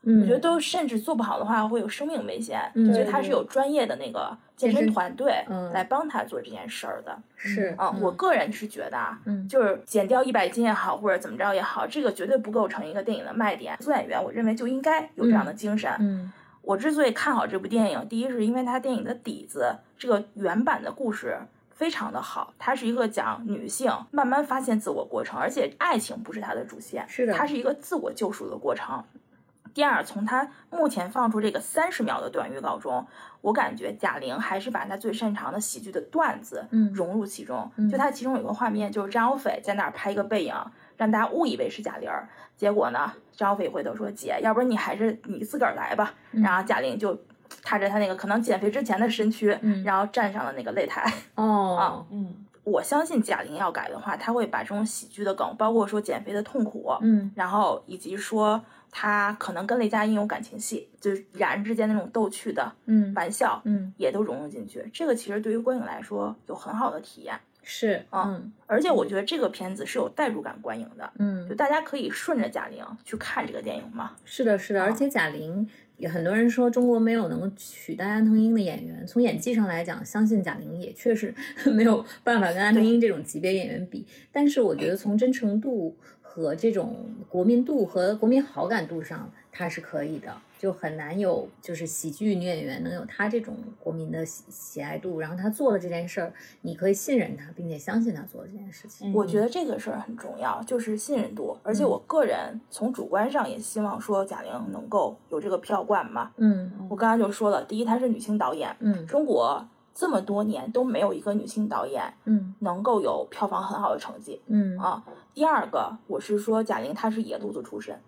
D: 嗯，
B: 我觉得都甚至做不好的话，会有生命危险。
D: 嗯
B: 所以他
A: 对
B: 是有专业的那个健
D: 健
B: 身
D: 身
B: 团队
D: 嗯
B: 来帮他做这件事儿的。
D: 是
B: 啊，我个人是觉得啊，
D: 嗯
B: 就是减掉一百斤也好，或者怎么着也好，这个绝对不构成一个电影的卖点。做演员，我认为就应该有这样的精神。
D: 嗯
B: 我之所以看好这部电影，第一是因为它电影的底子，这个原版的故事非常的好，它是一个讲女性慢慢发现自我过程，而且爱情不是它的主线，
D: 是的
B: 它是一个自我救赎的过程。第二，从他目前放出这个三十秒的短预告中，我感觉贾玲还是把她最擅长的喜剧的段子
D: 嗯
B: 融入其中。
D: 嗯
B: 就她其中有个画面，就是张小斐在那儿拍一个背影，让大家误以为是贾玲儿。结果呢，张小斐回头说：“姐，要不然你还是你自个儿来吧。
D: 嗯
B: 然后贾玲就踏着她那个可能减肥之前的身躯，
D: 嗯
B: 然后站上了那个擂台。啊
D: 哦，
A: 嗯，
B: 我相信贾玲要改的话，她会把这种喜剧的梗，包括说减肥的痛苦，
D: 嗯
B: 然后以及说她可能跟雷佳音有感情戏，就是俩人之间那种逗趣的
D: 嗯
B: 玩笑，
D: 嗯
B: 也都融入进去。这个其实对于观影来说有很好的体验，
D: 是
B: 啊
D: 嗯
B: 而且我觉得这个片子是有代入感观影的，就
D: 嗯
B: 大家可以顺着贾玲去看这个电影嘛。
D: 是的是的，而且贾玲也很多人说中国没有能够取代安藤英的演员，从演技上来讲，相信贾玲也确实 没有办法跟安藤英这种级别演员比，但是我觉得从真诚度和这种国民度和国民好感度上，她是可以的。就很难有，就是喜剧女演员能有她这种国民的喜喜爱度，然后她做了这件事儿，你可以信任她，并且相信她做的这件事情。
B: 我觉
A: 得
B: 得这个事儿很重要，就是信任度。而且我个人从主观上也希望说贾玲能够有这个票冠嘛。
D: 嗯
B: 我刚才就说了，第一她是女性导演，
D: 嗯
B: 中国这么多年都没有一个女性导演
D: 嗯
B: 能够有票房很好的成绩
D: 嗯
B: 啊。第二个，我是说贾玲她是野路子出身。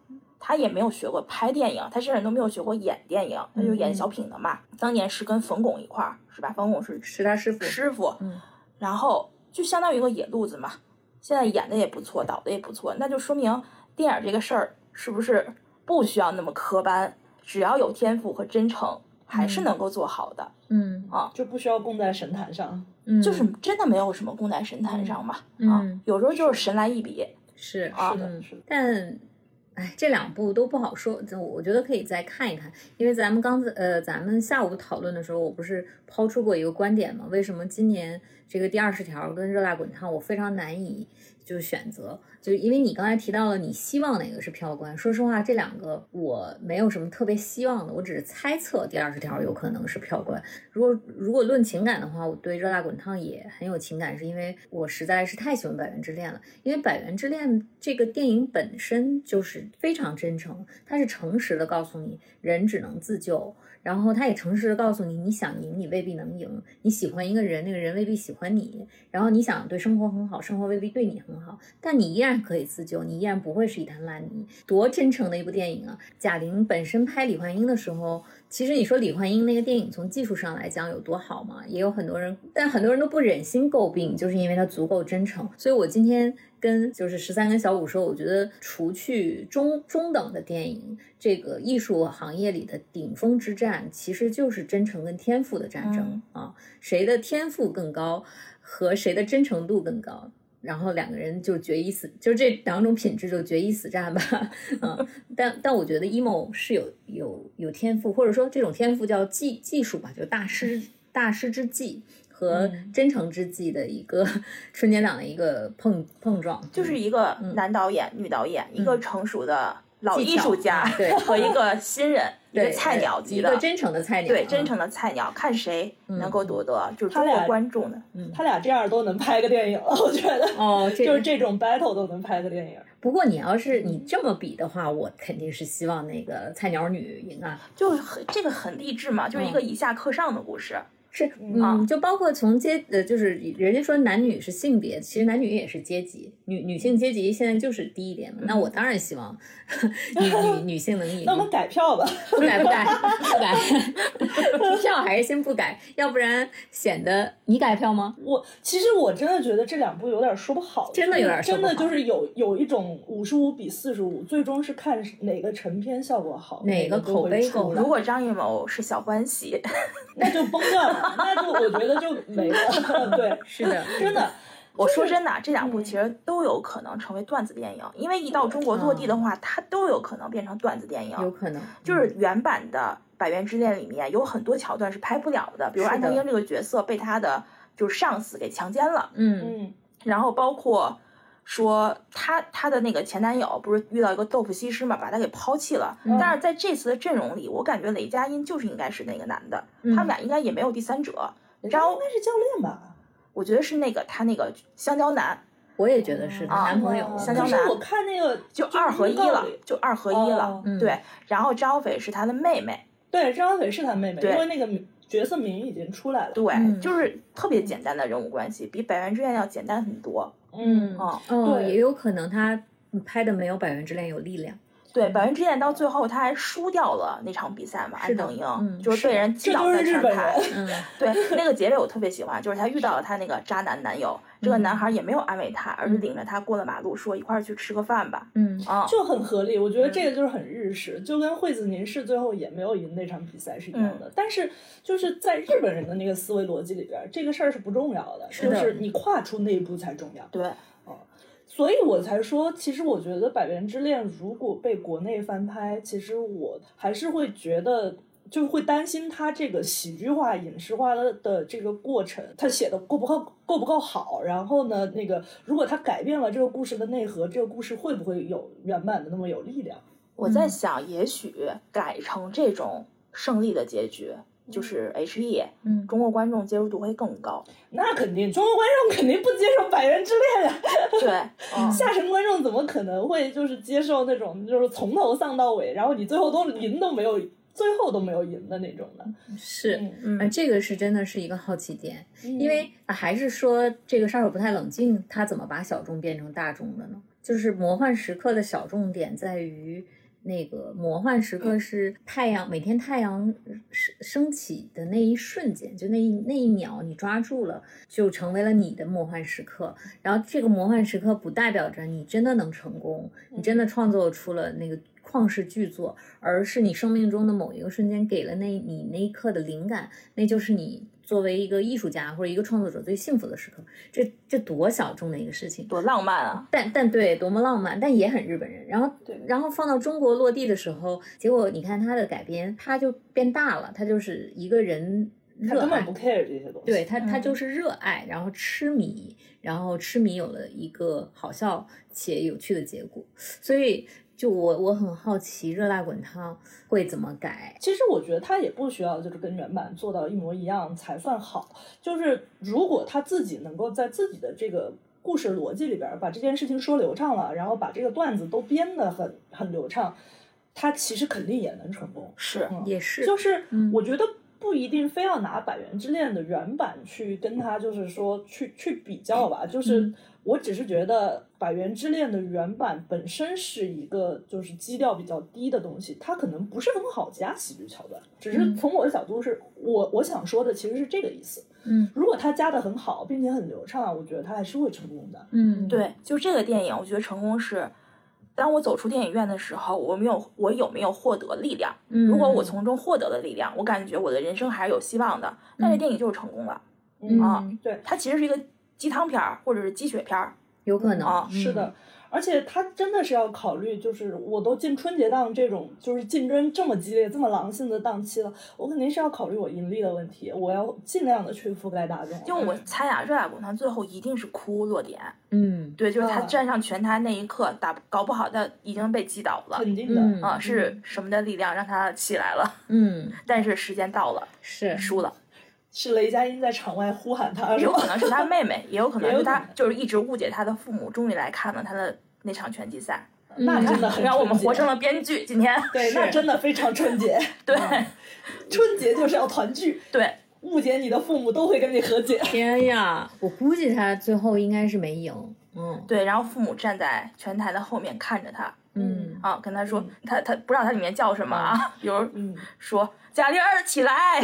B: 她也没有学过拍电影，她甚至都没有学过演电影，她就
D: 嗯
B: 演小品的嘛。当年是跟冯巩一块儿，是吧？冯巩是
D: 是他师傅。
B: 师傅，
D: 嗯
B: 然后就相当于一个野路子嘛。现在演的也不错，导的也不错，那就说明电影这个事儿是不是不需要那么科班，只要有天赋和真诚，还是
D: 嗯
B: 能够做好的。
D: 嗯
A: 就不需要供在神坛上。
D: 嗯，
B: 就是真的没有什么功在神坛上嘛。啊
D: 嗯，
B: 有时候就是神来一笔。
D: 是
B: 啊
A: 是的，
D: 嗯
A: 是的。
D: 但哎，这两部都不好说，就我觉得可以再看一看，因为咱们刚才呃，咱们下午讨论的时候，我不是抛出过一个观点嘛？为什么今年这个第二十条跟热辣滚烫我非常难以就是选择，就因为你刚才提到了你希望哪个是票关，说实话，这两个我没有什么特别希望的，我只是猜测第二十条有可能是票关。如果如果论情感的话，我对《热辣滚烫》也很有情感，是因为我实在是太喜欢《百元之恋》了。因为《百元之恋》这个电影本身就是非常真诚，它是诚实的告诉你，人只能自救。然后它也诚实的告诉你，你想赢，你未必能赢；你喜欢一个人，那个人未必喜欢你。然后你想对生活很好，生活未必对你很好，但你依然可以自救，你依然不会是一滩烂泥。多真诚的一部电影啊！贾玲本身拍李焕英的时候，其实你说李焕英那个电影从技术上来讲有多好嘛，也有很多人，但很多人都不忍心诟病，就是因为它足够真诚。所以我今天跟就是十三跟小五说，我觉得除去中中等的电影，这个艺术行业里的顶峰之战，其实就是真诚跟天赋的战争、啊，谁的天赋更高和谁的真诚度更高。然后两个人就决一死，就这两种品质就决一死战吧，嗯，但但我觉得 emo 是有有有天赋，或者说这种天赋叫技技术吧，就大师
B: 嗯
D: 大师之技和真诚之技的一个春节档的一个碰碰撞，
B: 就是一个
D: 嗯
B: 男导演、女导演，一个成熟的老
D: 技巧
B: 艺术家
D: 嗯对
B: 和一个新 人，一
D: 对
B: 个菜鸟
D: 一
B: 级的
D: 个，真诚的菜鸟，
B: 对真
D: 嗯
B: 诚的菜鸟，看谁能够夺得就是
A: 他
B: 中国
A: 俩
B: 观众的。
A: 他俩这样都能拍个电影了，我觉得。
D: 哦，这
A: 就是这种 battle 都能拍个电影，
D: 不过你要是你这么比的话，我肯定是希望那个菜鸟女赢啊，
B: 就是很这个很励志嘛，就是一个
D: 嗯
B: 以下克上的故事。
D: 是，
B: 啊
D: 嗯，就包括从阶呃，就是人家说男女是性别，其实男女也是阶级，女女性阶级现在就是低一点嘛。那我当然希望女女女 性能赢
A: 那，我们改票吧。
D: 不改不改不改，票还是先不改，要不然显得你改票吗？
A: 我其实我真的觉得这两部有点说不好，
D: 真的有点说
A: 真
D: 不好
A: 的就是有有一种五十五比四十五，最终是看哪个成片效果好，
D: 哪个
A: 个
D: 口碑够
A: 够
B: 如果张艺谋是小欢喜，
D: 嗯
A: 那就崩了，那就我觉得就没了。 对，
D: 是的，
A: 真的，
B: 我说真的啊，这两部
A: 嗯
B: 其实都有可能成为段子电影，因为一到中国落地的话，它都有可能变成段子电
D: 嗯有
B: 影。
D: 可能
B: 就是原版的《百元之恋》里面有很多桥段是拍不了的，比如
D: 是的
B: 安藤英这个角色被他的就是上司给强奸了，
D: 嗯
A: 嗯
B: 然后包括说她她的那个前男友不是遇到一个豆腐西施嘛，把她给抛弃了。
D: 嗯
B: 但是在这次的阵容里，我感觉雷佳音就是应该是那个男的，
D: 嗯
B: 他们俩应该也没有第三者。
A: 人
B: 然
A: 家嗯
B: 后
A: 应该是教练吧？
B: 我觉得是那个他那个香蕉男，
D: 我也觉得是她
B: 啊
D: 男朋友
A: 啊
B: 香蕉
A: 可
B: 男
A: 是我看那个
B: 就是二合一
A: 预告
B: 了
A: 里，
B: 就二合一了
A: 哦。
D: 嗯
B: 对，然后张小斐是他的妹妹，
A: 对，张小斐是他妹妹，
B: 对
A: 因为那个名角色名已经出来了。
B: 对，
D: 嗯
B: 就是特别简单的人物关系，比《百元之恋》要简单很多。
A: 嗯
B: 哦，
D: 哦，
A: 对
D: 也有可能他拍的没有《百元之恋》有力量。
B: 对，
A: 嗯
B: 百元之恋到最后他还输掉了那场比赛嘛，安
D: 是的
B: 藤英、
D: 嗯
B: 就是被人击
A: 这
B: 倒
A: 都
B: 在
A: 是日
B: 拳
A: 本
B: 台
A: 人。。
D: 嗯，
B: 对， 那个结尾我特别喜欢，就是她遇到了她那个渣男男友，这个
A: 嗯
B: 男孩也没有安慰她，而是领着她过了马路，说一块儿去吃个饭吧。
D: 嗯，
B: 啊，
A: 就很合理，我觉得这个就是很日式，就跟惠子凝视最后也没有赢那场比赛是一样
D: 嗯
A: 的。但是就是在日本人的那个思维逻辑里边，这个事儿是不重要的，
D: 是
A: 就
D: 的
A: 是你跨出那一步才重要。
B: 对，
A: 所以我才说，其实我觉得《百元之恋》如果被国内翻拍，其实我还是会觉得，就会担心它这个喜剧化、影视化的的这个过程，它写的够不够够不够好。然后呢，那个如果它改变了这个故事的内核，这个故事会不会有原版的那么有力量？
B: 我在想，也许改成这种胜利的结局，就是 H E，
D: 嗯
B: 中国观众接受度会更高。
A: 那肯定，中国观众肯定不接受《百元之恋》呀。
B: 对，嗯，
A: 下沉观众怎么可能会就是接受那种就是从头丧到尾，然后你最后都赢都没有，最后都没有赢的那种的？
D: 是，
A: 嗯
D: 啊，这个是真的是一个好奇点，因
A: 因
D: 为啊还是说这个杀手不太冷静，他怎么把小众变成大众的呢？就是魔幻时刻的小众点在于。那个魔幻时刻是太阳，每天太阳升升起的那一瞬间，就那一那一秒，你抓住了，就成为了你的魔幻时刻。然后这个魔幻时刻不代表着你真的能成功，你真
A: 嗯
D: 的创作出了那个旷世巨作，而是你生命中的某一个瞬间给了那你那一刻的灵感，那就是你作为一个艺术家或者一个创作者最幸福的时刻。这这多小众的一个事情，
B: 多浪漫啊！
D: 但但对，多么浪漫，但也很日本人。然后
A: 对
D: 然后放到中国落地的时候，结果你看他的改编，他就变大了，他就是一个人
A: 嗯他
D: 热
A: 根本
D: 爱
A: 不。care 这些东西。
D: 对他，他
B: 嗯
D: 就是热爱，然后痴迷，然后痴迷有了一个好笑且有趣的结果。所以，就我我很好奇，《热辣滚烫》会怎么改？
A: 其实我觉得他也不需要就是跟原版做到一模一样才算好，就是如果他自己能够在自己的这个故事逻辑里边儿把这件事情说流畅了，然后把这个段子都编得很很流畅，他其实肯定也能成功。
B: 是，
A: 嗯
D: 也是，
A: 就是
D: 嗯
A: 我觉得不一定非要拿《百元之恋》的原版去跟它，就是说去去比较吧。就是
D: 嗯
A: 我只是觉得《百元之恋》的原版本身是一个就是基调比较低的东西，它可能不是很好加喜剧桥段。只是
D: 嗯
A: 从我的角度是，我我想说的其实是这个意思。
D: 嗯
A: 如果它加的很好，并且很流畅，我觉得它还是会成功的。
D: 嗯，
B: 对，就这个电影，我觉得成功是，当我走出电影院的时候，我没有我有没有获得力量？
D: 嗯
B: 如果我从中获得了力量，我感觉我的人生还是有希望的。但是
D: 嗯
B: 电影就是成功了，
A: 嗯
B: 啊
A: 对，
B: 它其实是一个鸡汤片儿或者是鸡血片儿。
D: 有可能、
B: 啊
A: 是的，而且他真的是要考虑，就是我都进春节档这种就是竞争这么激烈、这么狼性的档期了，我肯定是要考虑我盈利的问题，我要尽量的去覆盖大众。
B: 就我猜啊，热辣滚烫最后一定是哭落点，
D: 嗯，
B: 对，就是他
A: 嗯
B: 站上拳台那一刻，打搞不好他已经被击倒了
A: 肯定的，
D: 嗯
B: 啊，是什么的力量让他起来了？
D: 嗯嗯，
B: 但是时间到了，
D: 是
B: 输了，
A: 是雷佳音在场外呼喊他，是
B: 有
A: 吧
B: 可？能是他妹妹，也有可能
A: 也有
B: 是
A: 可
B: 他
A: 能
B: 就是一直误解他的父母，终于来看了他的那场拳击赛，
A: 那真的很
B: 嗯让我们
A: 春节
B: 活成了编剧。今天
A: 对，
D: 是
A: 那真的非常春节。
B: 对
A: 嗯春节就是要团聚，
B: 对，
A: 误解你的父母都会跟你和解。
D: 天呀！我估计他最后应该是没赢。嗯
B: 对，然后父母站在拳台的后面看着他
D: 嗯，
B: 啊，跟他说，他他不知道他里面叫什么啊，有人
A: 嗯，
B: 说贾玲儿起来，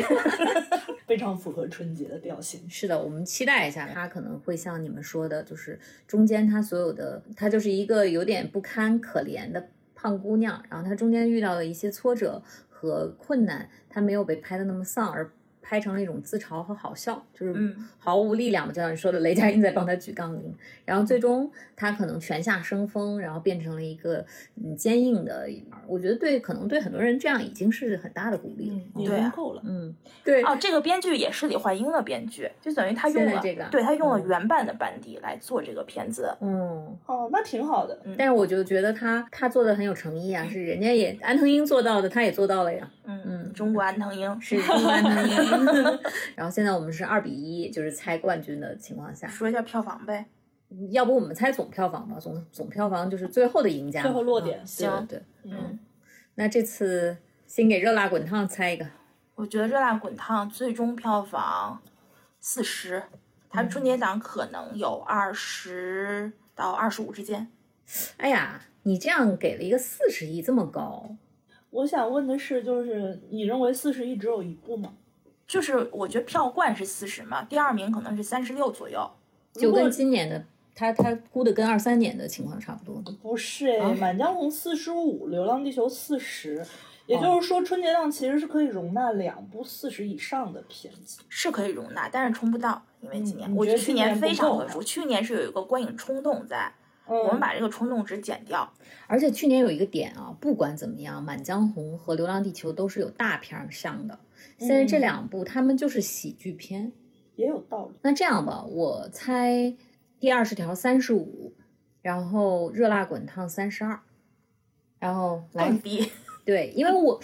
A: 非常符合春节的调性。
D: 是的，我们期待一下，他可能会像你们说的，就是中间他所有的，他就是一个有点不堪可怜的胖姑娘，然后她中间遇到了一些挫折和困难，她没有被拍的那么丧，而拍成了一种自嘲和好笑，就是
B: 嗯
D: 毫无力量嘛，就像你说的，雷佳音在帮他举杠铃，然后最终他可能泉下生风，然后变成了一个嗯坚硬的一面儿。我觉得对，可能对很多人这样已经是很大的鼓励了。
A: 你
B: 对
A: 人
B: 啊
A: 够了，
D: 嗯，对，
B: 哦，这个编剧也是李焕英的编剧，就等于他用
D: 现在
B: 了
D: 这个
B: 对他用了
D: 嗯
B: 原版的班底来做这个片子。
D: 嗯。
A: 哦，那挺好的。
D: 但是我就觉得他他做的很有诚意啊，是人家也安藤英做到的，他也做到了呀，
B: 嗯
D: 嗯
B: 中国安藤英
D: 是中国安藤英。 然后现在我们是二比一，就是猜冠军的情况 下，嗯
B: 说一下票房呗。
D: 要不我们猜总票房吧，总总票房就是最后的赢家嘛，
A: 最后落点
D: 嗯
B: 啊行
D: 对对对，
A: 嗯，
D: 那这次先给热辣滚烫猜一个，
B: 我觉得《热辣滚烫》最终票房四十，它春节档可能有二十到二十五之间。
D: 哎呀，你这样给了一个四十亿，这么高，
A: 我想问的是，就是你认为四十亿只有一部吗？
B: 就是我觉得票冠是四十嘛，第二名可能是三十六左右。
D: 就
A: 如
D: 跟
A: 果
D: 今年的他他估的跟二三年的情况差不多。
A: 不是哎，
D: 啊
A: 满江红》四十五，《流浪地球》四十，
D: 哦
A: 也就是说，春节档其实是可以容纳两部四十以上的片子。
B: 是可以容纳，但是冲不到，因为今年、
A: 嗯
B: 我
A: 你觉
B: 觉
A: 得
B: 得去
A: 今年
B: 非
A: 不
B: 常
A: 够
B: 恢复，去年是有一个观影冲动在，
A: 嗯，
B: 我们把这个冲动值减掉。
D: 而且去年有一个点啊，不管怎么样，《满江红》和《流浪地球》都是有大片儿上的，现在这
A: 嗯
D: 两部他们就是喜剧片。
A: 也有道理。
D: 那这样吧，我猜第二十条三十五，然后热辣滚烫三十二，然后来
B: 更低，
D: 对，因为我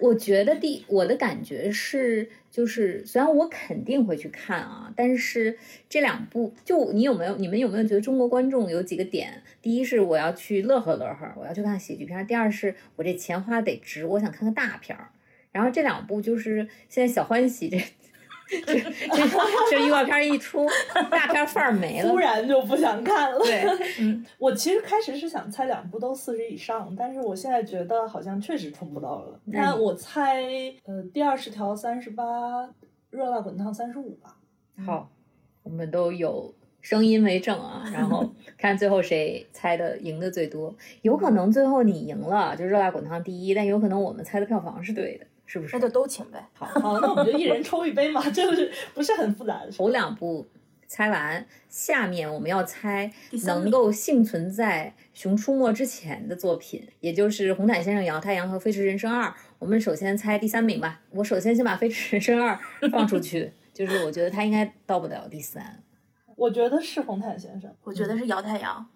D: 我觉得第我的感觉是，就是虽然我肯定会去看啊，但是这两部就你有没有你们有没有觉得中国观众有几个点？第一是我要去乐呵乐呵，我要去看喜剧片儿；第二是我这钱花得值，我想看个大片儿。然后这两部就是现在小欢喜这。 这这这预告片儿一出，大片儿范儿没 了
A: 突。然就不想看了。
D: 对，
A: 我其实开始是想猜两部都四十以上，但是我现在觉得好像确实冲不到了。
D: 那
A: 那
D: 你
A: 我猜，呃，第二十条三十八，热辣滚烫三十五吧。
D: 好，我们都有声音为证 啊，然后看最后谁猜的赢的最多。有可能最后你赢了，就热辣滚烫第一，但有可能我们猜的票房是对的，是不是
B: 那？就都请呗。
A: 好，那我们就一人抽一杯嘛，这 个是不是很复杂的事？
D: 头两部猜完，下面我们要猜
B: 第三
D: 能
B: 名
D: 够幸存在《熊出没》之前的作品，也就是《红毯先生》《摇太阳》和《飞驰人生二》。我们首先猜第三名吧。我首先先把《飞驰人生二》放出去， 就是我觉得他应该到不了第三。
A: 我觉得是红毯先生。
B: 我觉得是姚太阳，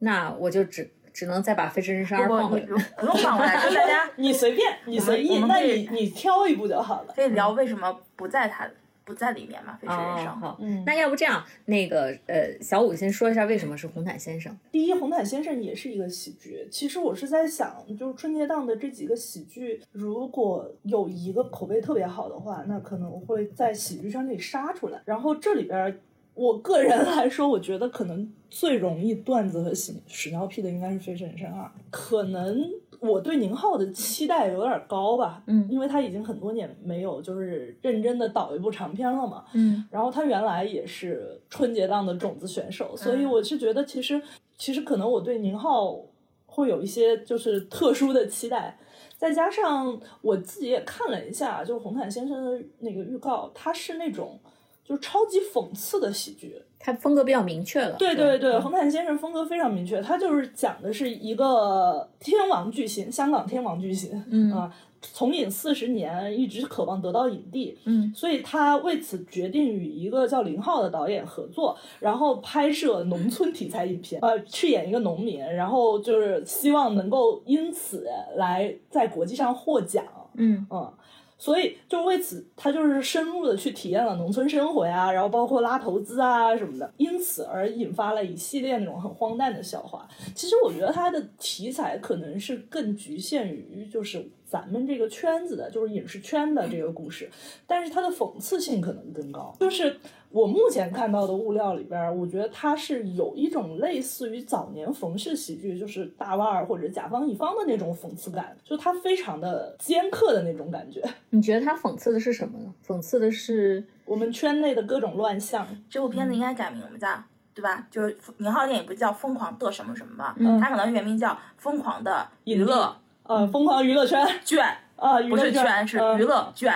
D: 那我就只只能再把《飞驰人生二
B: 如》
D: 放
B: 果
D: 回
B: 你
D: 来。
B: 如不用放 过来，就大家
A: 你随便，你随
B: 我
A: 意，
B: 们
A: 那
B: 可以
A: 你你挑一部就好了。
B: 可以聊为什么不在他不在里面嘛？飞驰人
D: 哦，
B: 生，
D: 好，
A: 嗯
D: 那要不这样，那个呃，小五先说一下为什么是红毯先生。
A: 第一，《红毯先生》也是一个喜剧。其实我是在想，就是春节档的这几个喜剧，如果有一个口碑特别好的话，那可能会在喜剧圈里杀出来。然后这里边儿，我个人来说，我觉得可能最容易段子和屎屎尿屁的应该是《飞驰人生二》。啊可能我对宁浩的期待有点高吧，
D: 嗯
A: 因为他已经很多年没有就是认真的导一部长片了嘛。
D: 嗯，
A: 然后他原来也是春节档的种子选手，所
D: 嗯
A: 以我是觉得其实其实可能我对宁浩会有一些就是特殊的期待，再加上我自己也看了一下，就是红毯先生的那个预告，他是那种。就是超级讽刺的喜剧，
D: 他风格比较明确了。
A: 对对对，
D: 嗯
A: 红毯先生风格非常明确，他就是讲的是一个天王巨星，香港天王巨星，
D: 嗯
A: 啊，从影四十年，一直渴望得到影帝，
D: 嗯，
A: 所以他为此决定与一个叫林浩的导演合作，然后拍摄农村题材影片，呃，去演一个农民，然后就是希望能够因此来在国际上获奖，
D: 嗯
A: 嗯。所以，就为此，他就是深入的去体验了农村生活呀，然后包括拉投资啊什么的，因此而引发了一系列那种很荒诞的笑话。其实我觉得它的题材可能是更局限于就是咱们这个圈子的，就是影视圈的这个故事，但是它的讽刺性可能更高。就是我目前看到的物料里边儿，我觉得它是有一种类似于早年冯氏喜剧，就是大腕儿或者甲方乙方的那种讽刺感，就它非常的尖刻的那种感觉。
D: 你觉得他讽刺的是什么呢？讽刺的是
A: 我们圈内的各种乱象，
B: 这部片子应该改名叫对吧？就是宁浩电影不叫《疯狂的什么什么》吗？
D: 嗯
B: 它可能原名叫《疯狂的娱乐
A: 呃，疯狂娱乐圈
B: 券
A: 啊、》，娱
B: 不
A: 乐
B: 是
A: 圈
B: 圈，是
A: 呃
B: 娱乐券。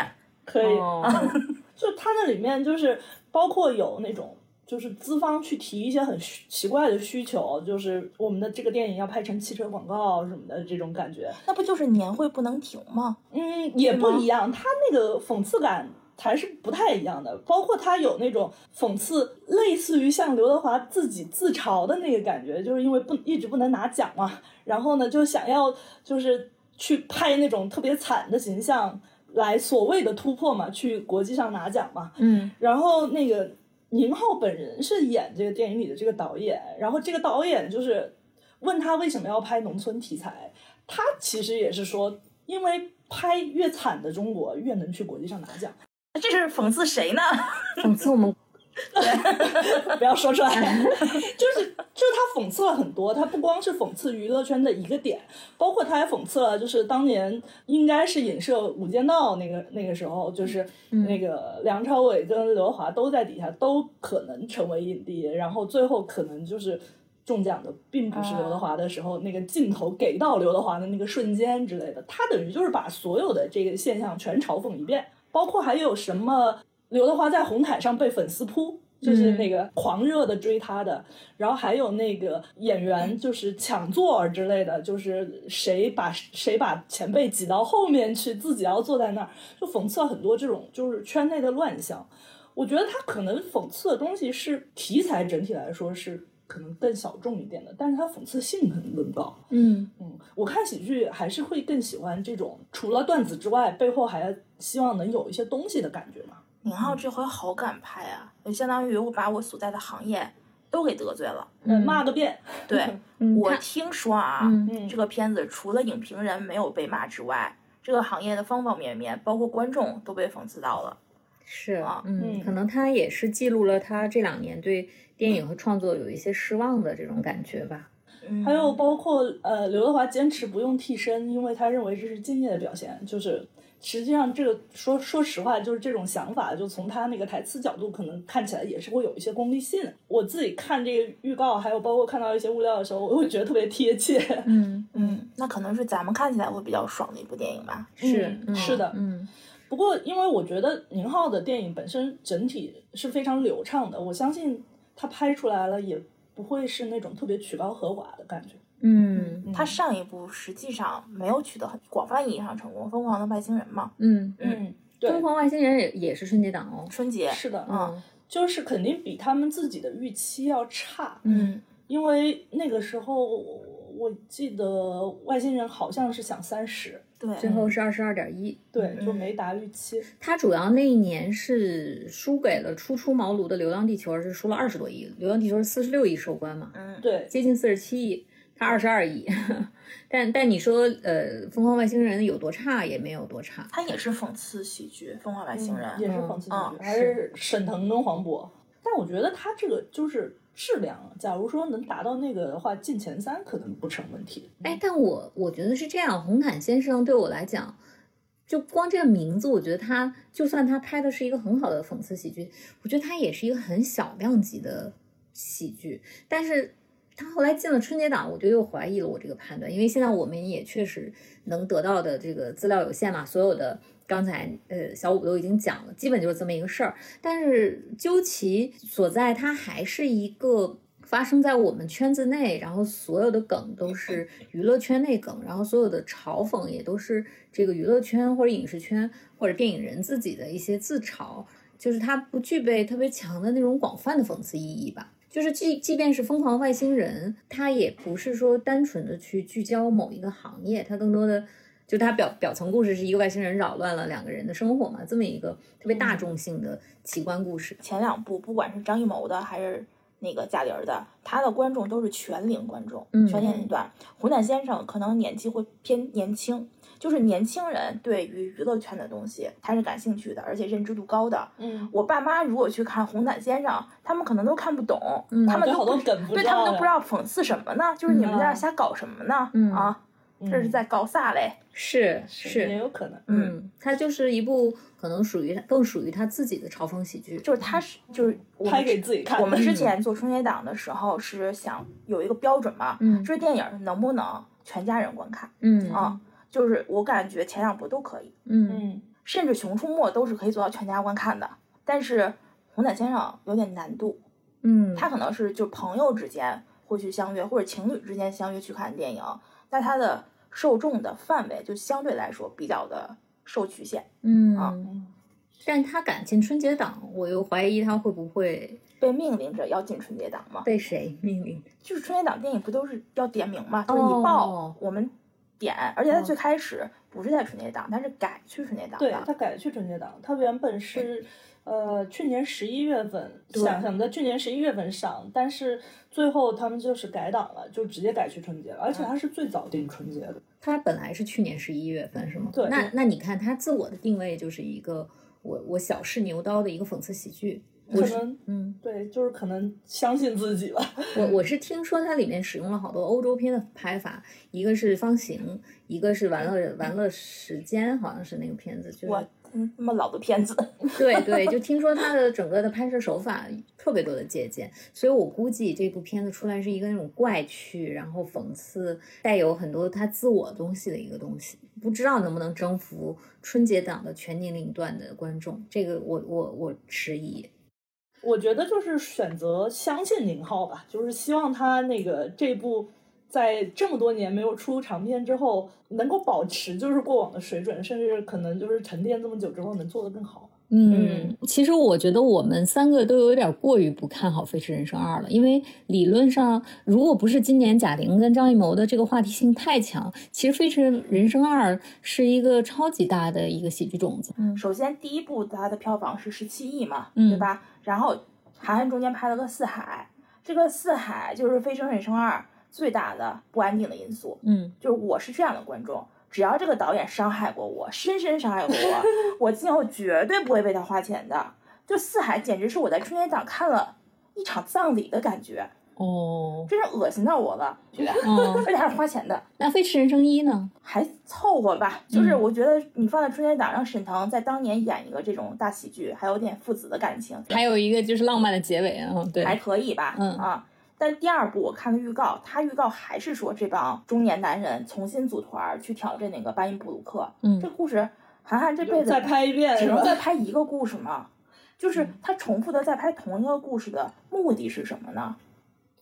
A: 可以。
D: 哦，
A: 就它那里面就是包括有那种。就是资方去提一些很虚奇怪的需求，就是我们的这个电影要拍成汽车广告什么的这种感觉，
B: 那不就是年会不能停吗？
A: 嗯，也
B: 是
A: 不
B: 吗
A: 一样，它那个讽刺感还是不太一样的。包括它有那种讽刺，类似于像刘德华自己自嘲的那个感觉，就是因为不一直不能拿奖嘛，然后呢就想要就是去拍那种特别惨的形象，来所谓的突破嘛，去国际上拿奖嘛。
D: 嗯
A: 然后那个宁浩本人是演这个电影里的这个导演，然后这个导演就是问他为什么要拍农村题材，他其实也是说，因为拍越惨的中国越能去国际上拿奖。
B: 这是讽刺谁呢？
D: 讽刺我们
A: 不要说出来， 就是就是他讽刺了很多，他不光是讽刺娱乐圈的一个点，包括他还讽刺了，就是当年应该是影射《无间道》那个那个时候，就是那个梁朝伟跟刘德华都在底下都可能成为影帝，然后最后可能就是。中奖的并不是刘德华的时候，那个镜头给到刘德华的那个瞬间之类的，他等于就是把所有的这个现象全嘲讽一遍，包括还有什么刘德华在红毯上被粉丝扑，就是那个狂热的追他的，然后还有那个演员就是抢座儿之类的，就是谁把谁把前辈挤到后面去，自己要坐在那儿，就讽刺了很多这种就是圈内的乱象。我觉得他可能讽刺的东西是题材整体来说是可能更小众一点的，但是他讽刺性可能更高。
B: 嗯，
A: 嗯，我看喜剧还是会更喜欢这种除了段子之外，背后还希望能有一些东西的感觉嘛。
B: 宁浩这回好敢拍啊，就相当于我把我所在的行业都给得罪了。
A: 嗯，骂个遍，
B: 对，
C: 嗯
B: 我
C: 他
B: 听说啊，
D: 嗯
A: 嗯
B: 这个片子除了影评人没有被骂之外，这个行业的方方面面，包括观众都被讽刺到了。
D: 是
B: 啊，
D: 嗯，
A: 嗯
D: 可能他也是记录了他这两年对电影和创作有一些失望的这种感觉吧。
B: 嗯、
A: 还有包括呃，刘德华坚持不用替身，因为他认为这是敬业的表现。就是实际上这个说说实话，就是这种想法，就从他那个台词角度，可能看起来也是会有一些功利性。我自己看这个预告，还有包括看到一些物料的时候，我会觉得特别贴切。
D: 嗯，
B: 嗯，那可能是咱们看起来会比较爽的一部电影吧。
D: 是
A: 嗯，
D: 嗯
A: 是的
D: 嗯
A: 不过，因为我觉得宁浩的电影本身整体是非常流畅的，我相信他拍出来了也不会是那种特别曲高和寡的感觉。
D: 嗯
A: 嗯
B: 他上一部实际上没有取得很广泛意义上成功，《疯狂的外星人》嘛，
D: 嗯，
A: 嗯，
D: 《
A: 对
D: 疯，狂外星人》也也是春节档哦。
B: 春节，
A: 是的，
B: 嗯
A: 就是肯定比他们自己的预期要差，
B: 嗯
A: 因为那个时候我记得外星人好像是想三十，
D: 最
B: 对，
D: 后是二十二点一。
A: 对，就
B: 嗯
A: 没达预期。
D: 他主要那一年是输给了初出茅庐的《流浪地球》，是输了二十多亿，《流浪地球》是四十六亿收官嘛，
B: 嗯，
A: 对，
D: 接近四十七亿，他二十二亿。 但但你说，呃，《疯狂外星人》有多差也没有多差。
B: 他也是讽刺喜剧《疯狂
A: 啊
B: 外星人》
A: 也是讽刺喜剧，
B: 嗯
A: 还是沈腾跟黄渤。但我觉得他这个就是质量，假如说能达到那个的话，进前三可能不成问题。
D: 哎，但我我觉得是这样，红毯先生对我来讲，就光这个名字，我觉得他就算他拍的是一个很好的讽刺喜剧，我觉得他也是一个很小量级的喜剧。但是他后来进了春节档，我就又怀疑了我这个判断，因为现在我们也确实能得到的这个资料有限嘛，所有的。刚才呃，小五都已经讲了，基本就是这么一个事儿。但是究其所在，它还是一个发生在我们圈子内，然后所有的梗都是娱乐圈内梗，然后所有的嘲讽也都是这个娱乐圈或者影视圈或者电影人自己的一些自嘲，就是它不具备特别强的那种广泛的讽刺意义吧。就是即即便是疯狂外星人，它也不是说单纯的去聚焦某一个行业，它更多的就它表表层故事是一个外星人扰乱了两个人的生活嘛，这么一个特别大众性的奇观故事。
B: 前两部不管是张艺谋的还是那个贾玲儿的，他的观众都是全龄观众，
D: 嗯
B: 全年龄段。湖南先生可能年纪会偏年轻，就是年轻人对于娱乐圈的东西他是感兴趣的，而且认知度高的。
A: 嗯，
B: 我爸妈如果去看《红毯先生》，他们可能都看不懂，
D: 嗯
B: 他们
A: 对
B: 都
A: 好多
B: 不
A: 梗不
B: 对
A: 知
B: 他们
A: 道
B: 都
A: 嗯啊
B: 不知道讽刺什么呢，就是你们在那瞎搞什么呢？
D: 嗯
B: 啊，这是在搞啥嘞？
D: 是是
A: 也有可能。
D: 嗯，它就是一部可能属于更属于他自己的嘲讽喜剧。
B: 就是他是就是我
A: 嗯
B: 们
A: 拍给自己看，嗯
B: 我们之前做春节档的时候是想有一个标准嘛，
D: 嗯
B: 这电影能不能全家人观看
D: 嗯
B: 啊？就是我感觉前两部都可以，
D: 嗯
A: 嗯，
B: 甚至《熊出没》都是可以做到全家观看的，但是《红毯先生》有点难度，
D: 嗯，
B: 他可能是就朋友之间会去相约，或者情侣之间相约去看电影，那他的受众的范围就相对来说比较的受局限，
D: 嗯，
A: 嗯
D: 但他敢进春节档，我又怀疑他会不会
B: 被命令着要进春节档嘛。
D: 被谁命令？
B: 就是春节档电影不都是要点名嘛？就是你
D: 哦
B: 报我们点，而且它
D: 嗯
B: 最开始不是在春节档，它是改去春节档
A: 对
B: 的。
A: 他改去春节档，他原本是。呃，去年十一月份
B: 对
A: 想想在去年十一月份上，但是最后他们就是改档了，就直接改去春节了，而且他是最早定春节的。
D: 他本来是去年十一月份是吗？
A: 对
D: 那那你看他自我的定位就是一个我我小试牛刀的一个讽刺喜剧。
A: 可能
D: 嗯，
A: 对，就是可能相信自己吧。
D: 我我是听说它里面使用了好多欧洲片的拍法，一个是方形，一个是玩乐玩乐时间，好像是那个片子，就是
B: 我嗯，那么老的片子，
D: 对对，就听说它的整个的拍摄手法特别多的借鉴，所以我估计这部片子出来是一个那种怪趣，然后讽刺，带有很多他自我东西的一个东西，不知道能不能征服春节档的全年龄段的观众，这个我我我迟疑。
A: 我觉得就是选择相信宁浩吧，就是希望他那个这部在这么多年没有出长片之后，能够保持就是过往的水准，甚至可能就是沉淀这么久之后能做得更好。
D: 嗯，其实我觉得我们三个都有点过于不看好《飞驰人生二》了，因为理论上，如果不是今年贾玲跟张艺谋的这个话题性太强，其实《飞驰人生二》是一个超级大的一个喜剧种子。
B: 首先第一部它的票房是十七亿嘛，
D: 嗯
B: 对吧？然后韩寒中间拍了个《四海》，这个《四海》就是《飞升人生二》最大的不安定的因素。
D: 嗯
B: 就是我是这样的观众，只要这个导演伤害过我，深深伤害过 我，我今后绝对不会为他花钱的。就《四海》简直是我在春节档看了一场葬礼的感觉，
D: 哦
B: 真是恶心到我了，觉得
D: 哦，
B: 而且还是花钱的。
D: 那《飞驰人生一》呢？
B: 还凑合吧，就是
D: 嗯
B: 我觉得你放在春节档，让沈腾在当年演一个这种大喜剧，还有点父子的感情，
D: 还有一个就是浪漫的结尾啊，对，
B: 还可以吧，
D: 嗯
B: 啊。但第二部我看了预告，他预告还是说这帮中年男人重新组团儿去挑战那个巴音布鲁克，
D: 嗯
B: 这故事韩寒这辈子
A: 再拍一遍
B: 只
A: 是
B: 能再
A: 吧？嗯
B: 拍一个故事嘛，就是他重复的再拍同一个故事的目的是什么呢？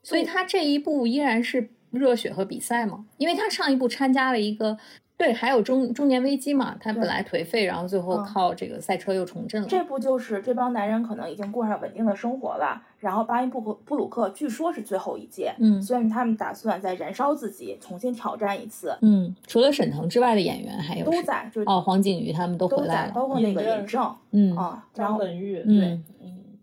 D: 所以他这一部依然是热血和比赛嘛，因为他上一部参加了一个。对，还有中中年危机嘛，他本
B: 对
D: 来颓废，然后最后
B: 嗯
D: 靠这个赛车又重振了。
B: 这不就是这帮男人可能已经过上稳定的生活了，然后巴音布克布鲁克据说是最后一届，
D: 嗯
B: 所以他们打算再燃烧自己，重新挑战一次，
D: 嗯，除了沈腾之外的演员还有
B: 都
D: 谁？
B: 在就是
D: 哦，黄景瑜他们都
B: 都
D: 回来
B: 在，
D: 了。
B: 包括那个
A: 尹正
B: 尹正
D: 嗯
B: 啊，然
A: 张
B: 后
A: 本煜，
D: 嗯，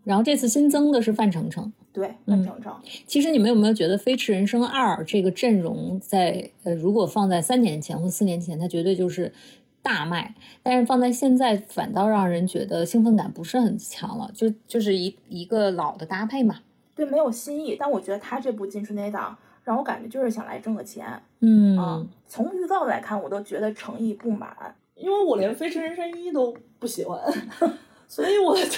D: 然后这次新增的是范丞丞。
B: 对范
D: 嗯
B: 丞丞，
D: 其实你们有没有觉得《飞驰人生二》这个阵容在呃，如果放在三年前或四年前，它绝对就是大卖，但是放在现在反倒让人觉得兴奋感不是很强了，就就是一一个老的搭配嘛。
B: 对没有新意，但我觉得他这部进春节档让我感觉就是想来挣个钱啊、
D: 嗯，
B: 从预告来看，我都觉得诚意不满，
A: 因为我连《飞驰人生一》都不喜欢， 所以我对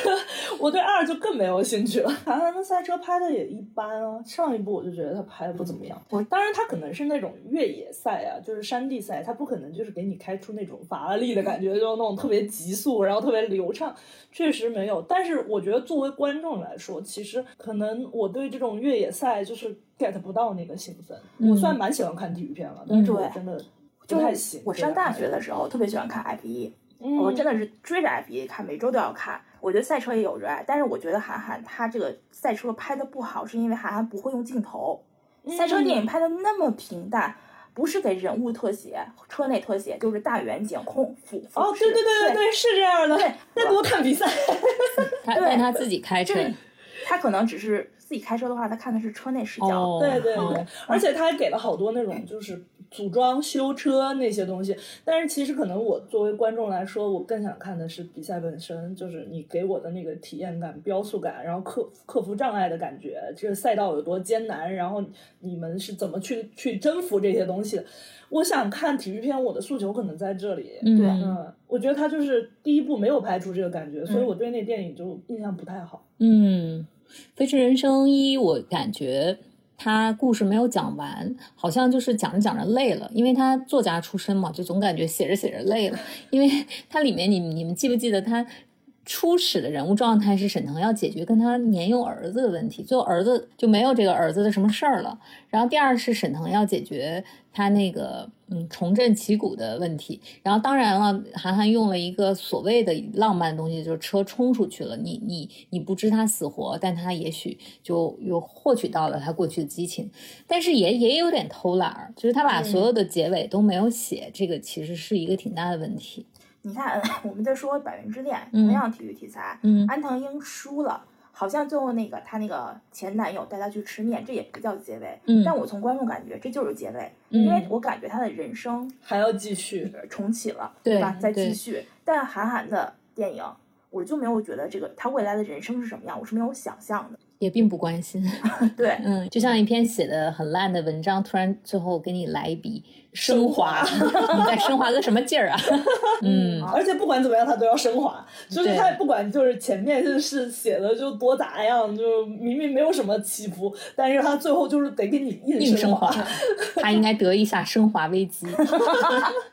A: 我对二就更没有兴趣了。韩寒的啊赛车拍的也一般啊，上一部我就觉得他拍的不怎么样。
B: 我
A: 当然，他可能是那种越野赛啊，就是山地赛，他不可能就是给你开出那种法拉利的感觉，就那种特别急速，然后特别流畅，确实没有。但是我觉得作为观众来说，其实可能我对这种越野赛就是 get 不到那个兴奋。我虽然蛮喜欢看体育片了，但是我
B: 对
A: 真的不
B: 就
A: 太行。嗯
B: 我上大学的时候特别喜欢看 F 一、我真
A: 的。
B: 的是追着 F 一看，每周都要看。我对赛车也有热爱，但是我觉得韩寒他这个赛车拍的不好，是因为韩寒不会用镜头。
A: 嗯
B: 赛车电影拍的那么平淡，不是给人物特写、车内特写，就是大远景、空俯俯
A: 哦，对
B: 视
A: 对对
B: 对
A: 对，是这样的。再
B: 我
A: 多看比赛。
D: 他
B: 对
D: 但他自己开车
B: 这，个他可能只是自己开车的话，他看的是车内视角。
D: 哦，
A: 对对对
D: 哦，
A: 而且他还给了好多那种就是组装、修车那些东西。但是其实可能我作为观众来说，我更想看的是比赛本身，就是你给我的那个体验感、飙速感，然后克克服障碍的感觉，这个赛道有多艰难，然后你们是怎么去去征服这些东西的。我想看体育片，我的诉求可能在这里。
D: 嗯
B: 对
A: 嗯，我觉得他就是第一部没有拍出这个感觉，所以我对那电影就印象不太好。
D: 嗯，《飞驰人生一》，我感觉他故事没有讲完，好像就是讲着讲着累了，因为他作家出身嘛，就总感觉写着写着累了，因为它里面你你们记不记得他？初始的人物状态是沈腾要解决跟他年幼儿子的问题，最后儿子就没有这个儿子的什么事儿了。然后第二是沈腾要解决他那个嗯重振旗鼓的问题，然后当然了，韩寒用了一个所谓的浪漫的东西，就是车冲出去了，你你你不知他死活，但他也许就又获取到了他过去的激情，但是也也有点偷懒儿，就是他把所有的结尾都没有写，这个其实是一个挺大的问题。
B: 你看， 我们在说《百元之恋》，
D: 嗯
B: 同样体育题材，
D: 嗯
B: 安藤英输了，好像最后那个她那个前男友带她去吃面，这也不叫结尾。
D: 嗯
B: 但我从观众感觉这就是结尾，
D: 嗯
B: 因为我感觉她的人生
A: 还要继续，
B: 呃重启了，
D: 对
B: 吧？再
D: 对
B: 继续。但韩寒的电影，我就没有觉得这个他未来的人生是什么样，我是没有想象的。
D: 也并不关心。
B: 对，
D: 嗯，就像一篇写的很烂的文章，突然最后给你来一笔升华， 你在升华个什么劲儿啊？嗯，
B: 啊
A: 而且不管怎么样，他都要升华，就是
D: 对
A: 他也不管就是前面是写的就多咋样，就明明没有什么起伏，但是他最后就是得给你
D: 硬
A: 硬
D: 升华
A: 华。，
D: 他应该得一下升华危机。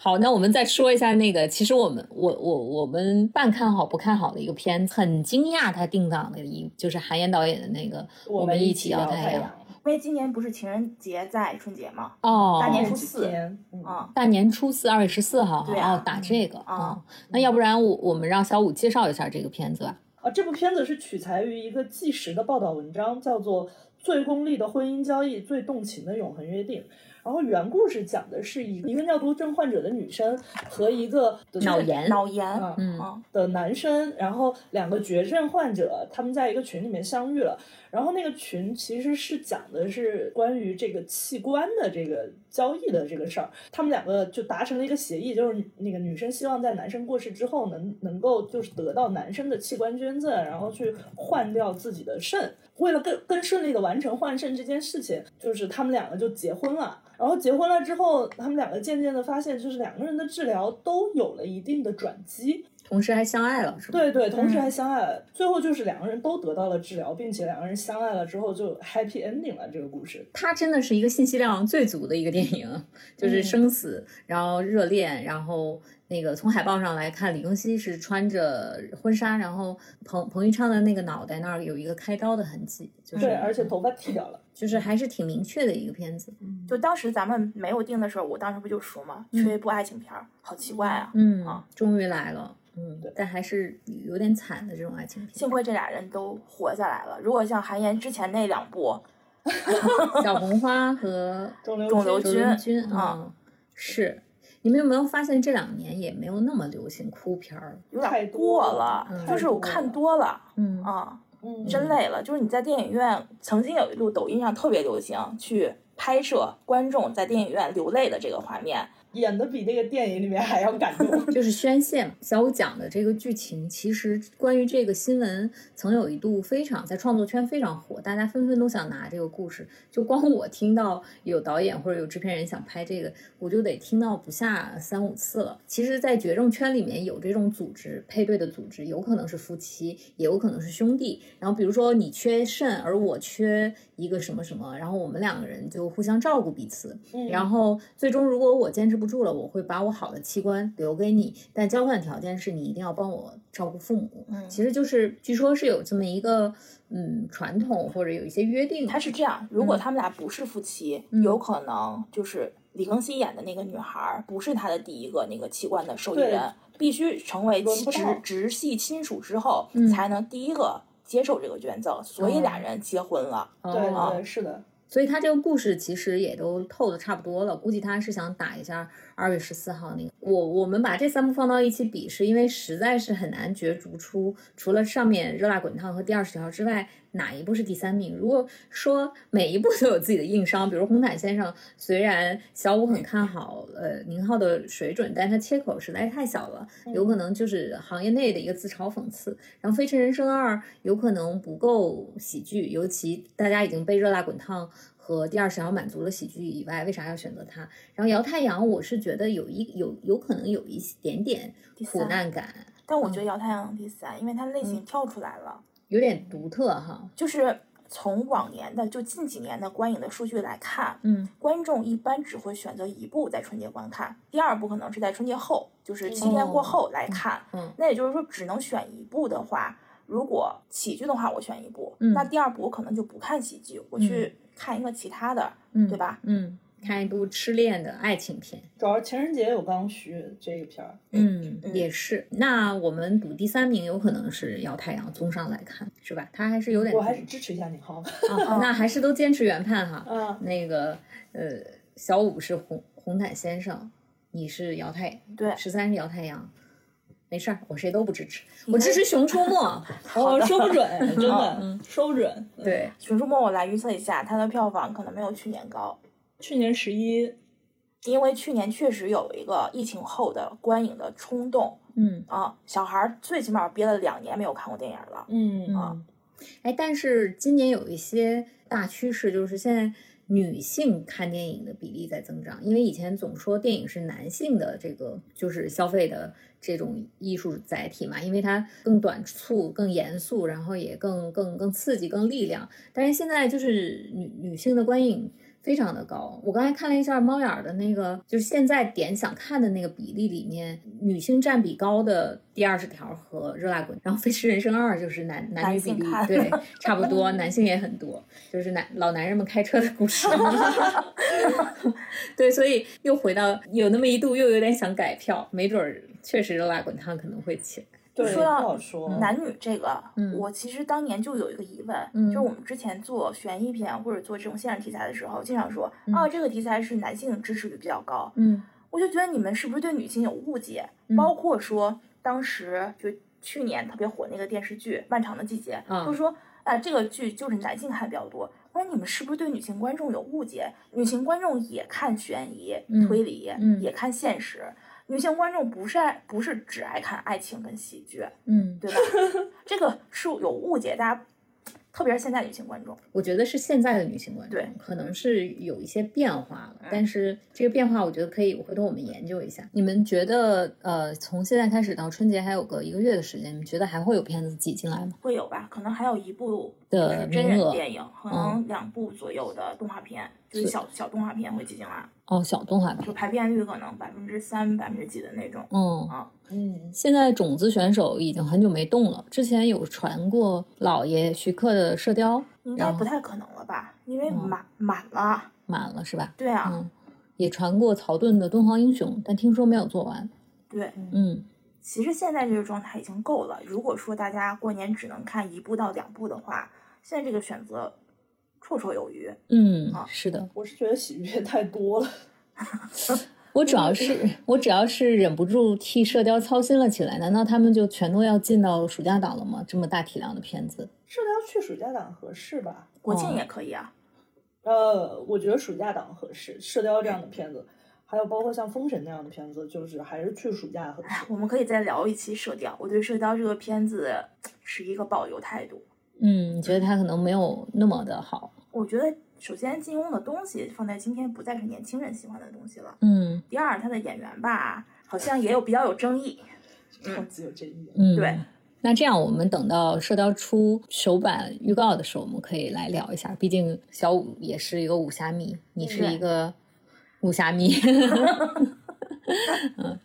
D: 好，那我们再说一下那个，其实我们我我我们半看好不看好的一个片子，很惊讶他定档的一就是韩延导演的那个《
A: 我
D: 们
A: 们
D: 一
A: 一
D: 起
A: 起
D: 摇
A: 摇
D: 太
A: 太
D: 阳》
A: 阳
B: 因为今年不是情人节在春节嘛，
D: 哦，
B: 大年初
A: 四
B: 四，
A: 嗯，
B: 啊、
D: 大年初四，二月十四号，
B: 对啊
D: 哦，打这个
B: 啊
D: 哦那要不然我我们让小五介绍一下这个片子吧。
A: 啊，这部片子是取材于一个纪实的报道文章，叫做《最功利的婚姻交易，最动情的永恒约定》。然后原故事讲的是一一个尿毒症患者的女生和一个
D: 脑炎
B: 脑炎，
A: 嗯
D: 嗯
B: 嗯
A: 的男生，然后两个绝症患者，他们在一个群里面相遇了。然后那个群其实是讲的是关于这个器官的这个交易的这个事儿。他们两个就达成了一个协议，就是那个女生希望在男生过世之后能能够就是得到男生的器官捐赠，然后去换掉自己的肾。为了更更顺利的完成换肾这件事情，就是他们两个就结婚了。然后结婚了之后，他们两个渐渐的发现，就是两个人的治疗都有了一定的转机。
D: 同时还相爱了，是吧？
A: 对对，
B: 嗯
A: 同时还相爱了。最后就是两个人都得到了治疗，并且两个人相爱了之后就 happy ending 了。这个故事，
D: 它真的是一个信息量最足的一个电影，就是
A: 嗯
D: 生死，然后热恋，然后那个从海报上来看，李庚希是穿着婚纱，然后彭彭昱畅的那个脑袋那儿有一个开刀的痕迹，
B: 嗯
D: 就是
A: 对，而且头发剃掉了。
D: 就是还是挺明确的一个片子，
B: 就当时咱们没有定的时候，我当时不就说嘛，缺一部爱情片儿，好奇怪啊！
D: 嗯
B: 啊，
D: 终于来了，嗯
A: 对，
D: 但还是有点惨的这种爱情片，
B: 幸亏这俩人都活下来了。如果像韩延之前那两部，
D: 小红花 和
A: 肿瘤
B: 肿瘤
D: 周
B: 君
D: 润君
A: 嗯
D: 啊、
B: 啊
D: 是。你们有没有发现这两年也没有那么流行哭片儿？
B: 有
A: 太
B: 点
A: 多
B: 过
A: 了嗯
B: 了，就
A: 太
B: 是我
A: 多
B: 看
A: 了
B: 多了
D: 嗯
B: 啊，
A: 嗯，
B: 真累了。就是你在电影院，曾经有一度抖音上特别流行去拍摄观众在电影院流泪的这个画面，
A: 演的比那个电影里面还要感 动。
D: 就是宣泄嘛。小五讲的这个剧情，其实关于这个新闻，曾有一度非常在创作圈非常火，大家纷纷都想拿这个故事。就光我听到有导演或者有制片人想拍这个，我就得听到不下三五次了。其实，在绝症圈里面有这种组织配对的组织，有可能是夫妻，也有可能是兄弟。然后，比如说你缺肾，而我缺一个什么什么，然后我们两个人就互相照顾彼此。
A: 嗯
D: 然后最终如果我坚持不住了，我会把我好的器官留给你，但交换条件是你一定要帮我照顾父母。
B: 嗯
D: 其实就是据说是有这么一个嗯传统或者有一些约定，
B: 他是这样，如果
D: 嗯
B: 他们俩不是夫妻，
D: 嗯
B: 有可能就是李庚希演的那个女孩儿不是他的第一个那个器官的受益
A: 对
B: 人，必须成为
A: 轮
B: 亲
A: 不
B: 直
A: 到
B: 直系亲属之后、
D: 嗯
B: 才能第一个接受这个捐赠，所以
D: 哦
B: 俩人结婚了。
D: 哦
A: 对对，是的，
D: 所以他这个故事其实也都透的差不多了，估计他是想打一下二月十四号那个。我我们把这三部放到一起比，是因为实在是很难角逐出除了上面《热辣滚烫》和《第二十条》之外，哪一部是第三名。如果说每一部都有自己的硬伤，比如《红毯先生》，虽然小五很看好呃宁浩的水准，但他切口实在太小了，有可能就是行业内的一个自嘲讽刺。然后《飞驰人生二》有可能不够喜剧，尤其大家已经被《热辣滚烫》和《第二十条》满足了喜剧以外，为啥要选择它？然后《摇太阳》，我是觉得有一有有可能有一点点
B: 第
D: 苦
B: 三
D: 难感，
B: 但我觉得《姚太阳》第三，因为它类型跳出来了，
D: 有点独特哈。
B: 就是从往年的就近几年的观影的数据来看，
D: 嗯，
B: 观众一般只会选择一部在春节观看，第二部可能是在春节后，就是七天过后来看。
D: 嗯嗯
B: 那也就是说，只能选一部的话，如果喜剧的话，我选一部，
D: 嗯
B: 那第二部我可能就不看喜剧，我去看一个其他的，
D: 嗯
B: 对吧？
D: 嗯，看一部痴恋的爱情片。
A: 主要是情人节有刚需这个片儿。
D: 嗯，
B: 嗯
D: 也是。那我们赌第三名有可能是《摇太阳》，综上来看是吧？他还是有点，
A: 我还是支持一下宁浩。
D: 啊，那还是都坚持原判哈。
A: 嗯，
D: 那个呃，小五是红红毯先生，你是姚太，
B: 对
D: 十三是姚太阳。没事儿，我谁都不支持，我支持《熊出没》。
A: 我说不 准，真 的说不准。嗯，
D: 对，
B: 熊出没》我来预测一下，它的票房可能没有去年高，
A: 去年十一
B: 因为去年确实有一个疫情后的观影的冲动
D: 嗯
B: 啊，小孩儿最起码憋了两年没有看过电影了。
A: 嗯
D: 嗯，哎，但是今年有一些大趋势，就是现在女性看电影的比例在增长，因为以前总说电影是男性的这个就是消费的这种艺术载体嘛，因为它更短促、更严肃，然后也更更更刺激、更力量。但是现在就是女女性的观影。非常的高，我刚才看了一下猫眼儿的那个，就是现在点想看的那个比例里面，女性占比高的第二十条和《热辣滚烫》，然后《飞驰人生二》就是男男女比
B: 男
D: 例
B: 性看
D: 对差不 多，男性也很多，就是男老男人们开车的故事。 对，所以又回到有那么一度又有点想改票，没准儿确实《热辣滚烫》可能会起来。
A: 对，
B: 说
A: 不
B: 到
A: 好说，
B: 男女这个，
D: 嗯
B: 我其实当年就有一个疑问，
D: 嗯
B: 就是我们之前做悬疑片或者做这种现实题材的时候，经常说，
D: 嗯
B: 啊，这个题材是男性支持率比较高，
D: 嗯
B: 我就觉得你们是不是对女性有误解？
D: 嗯
B: 包括说当时就去年特别火那个电视剧《漫长的季节》，
D: 嗯
B: 就说啊、这个剧就是男性看比较多。我说你们是不是对女性观众有误解？女性观众也看悬疑、
D: 嗯
B: 推理，
D: 嗯
B: 也看现实。女性观众不是爱，不是只爱看爱情跟喜剧，
D: 嗯，
B: 对吧？这个是有误解，大家，特别是现在女性观众，
D: 我觉得是现在的女性观众
B: 对，嗯
D: 可能是有一些变化了，但是这个变化我觉得可以回头我们研究一下。你们觉得呃，从现在开始到春节还有个一个月的时间，你们觉得还会有片子挤进来吗？
B: 会有吧？可能还有一部
D: 的
B: 就是真
D: 名
B: 人
D: 额嗯
B: 电影，可能两部左右的动画片，就是小小动画片会进行啊，
D: 哦，小动画片
B: 就，排片率可能百分之三、百分之几的那种。
D: 嗯
B: 啊，
D: 嗯，现在种子选手已经很久没动了，之前有传过老爷徐克的《射雕》
B: 应
D: 然
B: 该
D: 后
B: 不太可能了吧？因为
D: 嗯
B: 满、满了，
D: 满了是吧？
B: 对啊，
D: 嗯，也传过曹盾的《敦煌英雄》，但听说没有做完。
B: 对。
D: 嗯
B: 其实现在这个状态已经够了。如果说大家过年只能看一部到两部的话，现在这个选择绰绰有余。
D: 嗯
B: 啊，
D: 是的，
A: 我是觉得喜剧片太多了，
D: 我主要是 我只要是忍不住替《射雕》操心了起来，难道他们就全都要进到暑假档了吗？这么大体量的片子，
A: 射雕去暑假档合适吧？
B: 国庆
D: 哦
B: 也可以啊，
A: 呃，我觉得暑假档合适，《射雕》这样的片子，还有包括像《封神》那样的片子，就是还是去暑假合适。
B: 我们可以再聊一期《射雕》。我对《射雕》这个片子持一个保留态度。
D: 嗯，你觉得他可能没有那么的好？
B: 我觉得，首先金庸的东西放在今天不再是年轻人喜欢的东西了。
D: 嗯
B: 第二，他的演员吧，好像也有比较有争议。
A: 超 级有争议。
D: 嗯，
B: 对。
D: 那这样，我们等到《射雕》出首版预告的时候，我们可以来聊一下。毕竟小五也是一个武侠迷，你是一个武侠迷。嗯，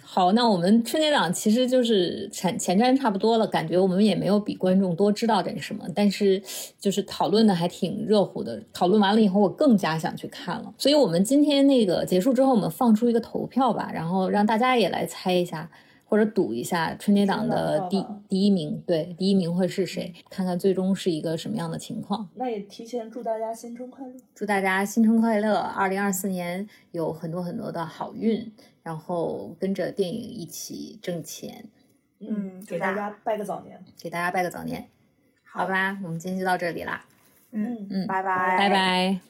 D: 好，那我们春节档其实就是前前瞻差不多了，感觉我们也没有比观众多知道点什么，但是就是讨论的还挺热乎的。讨论完了以后，我更加想去看了。所以，我们今天那个结束之后，我们放出一个投票吧，然后让大家也来猜一下。或者赌一下春节档的
A: 春
D: 第
A: 节档票吧
D: 第一名，对，第一名会是谁？看看最终是一个什么样的情况。
A: 那也提前祝大家新春快乐！
D: 祝大家新春快乐，二零二四年有很多很多的好运，然后跟着电影一起挣钱，
B: 嗯
A: 给
B: 祝
A: 大
B: 大
A: 家拜个早年。
D: 给大家拜个早年，好吧？我们今天就到这里啦，
B: 嗯，
D: 嗯，
B: 拜
D: 拜
B: 拜，
D: 拜。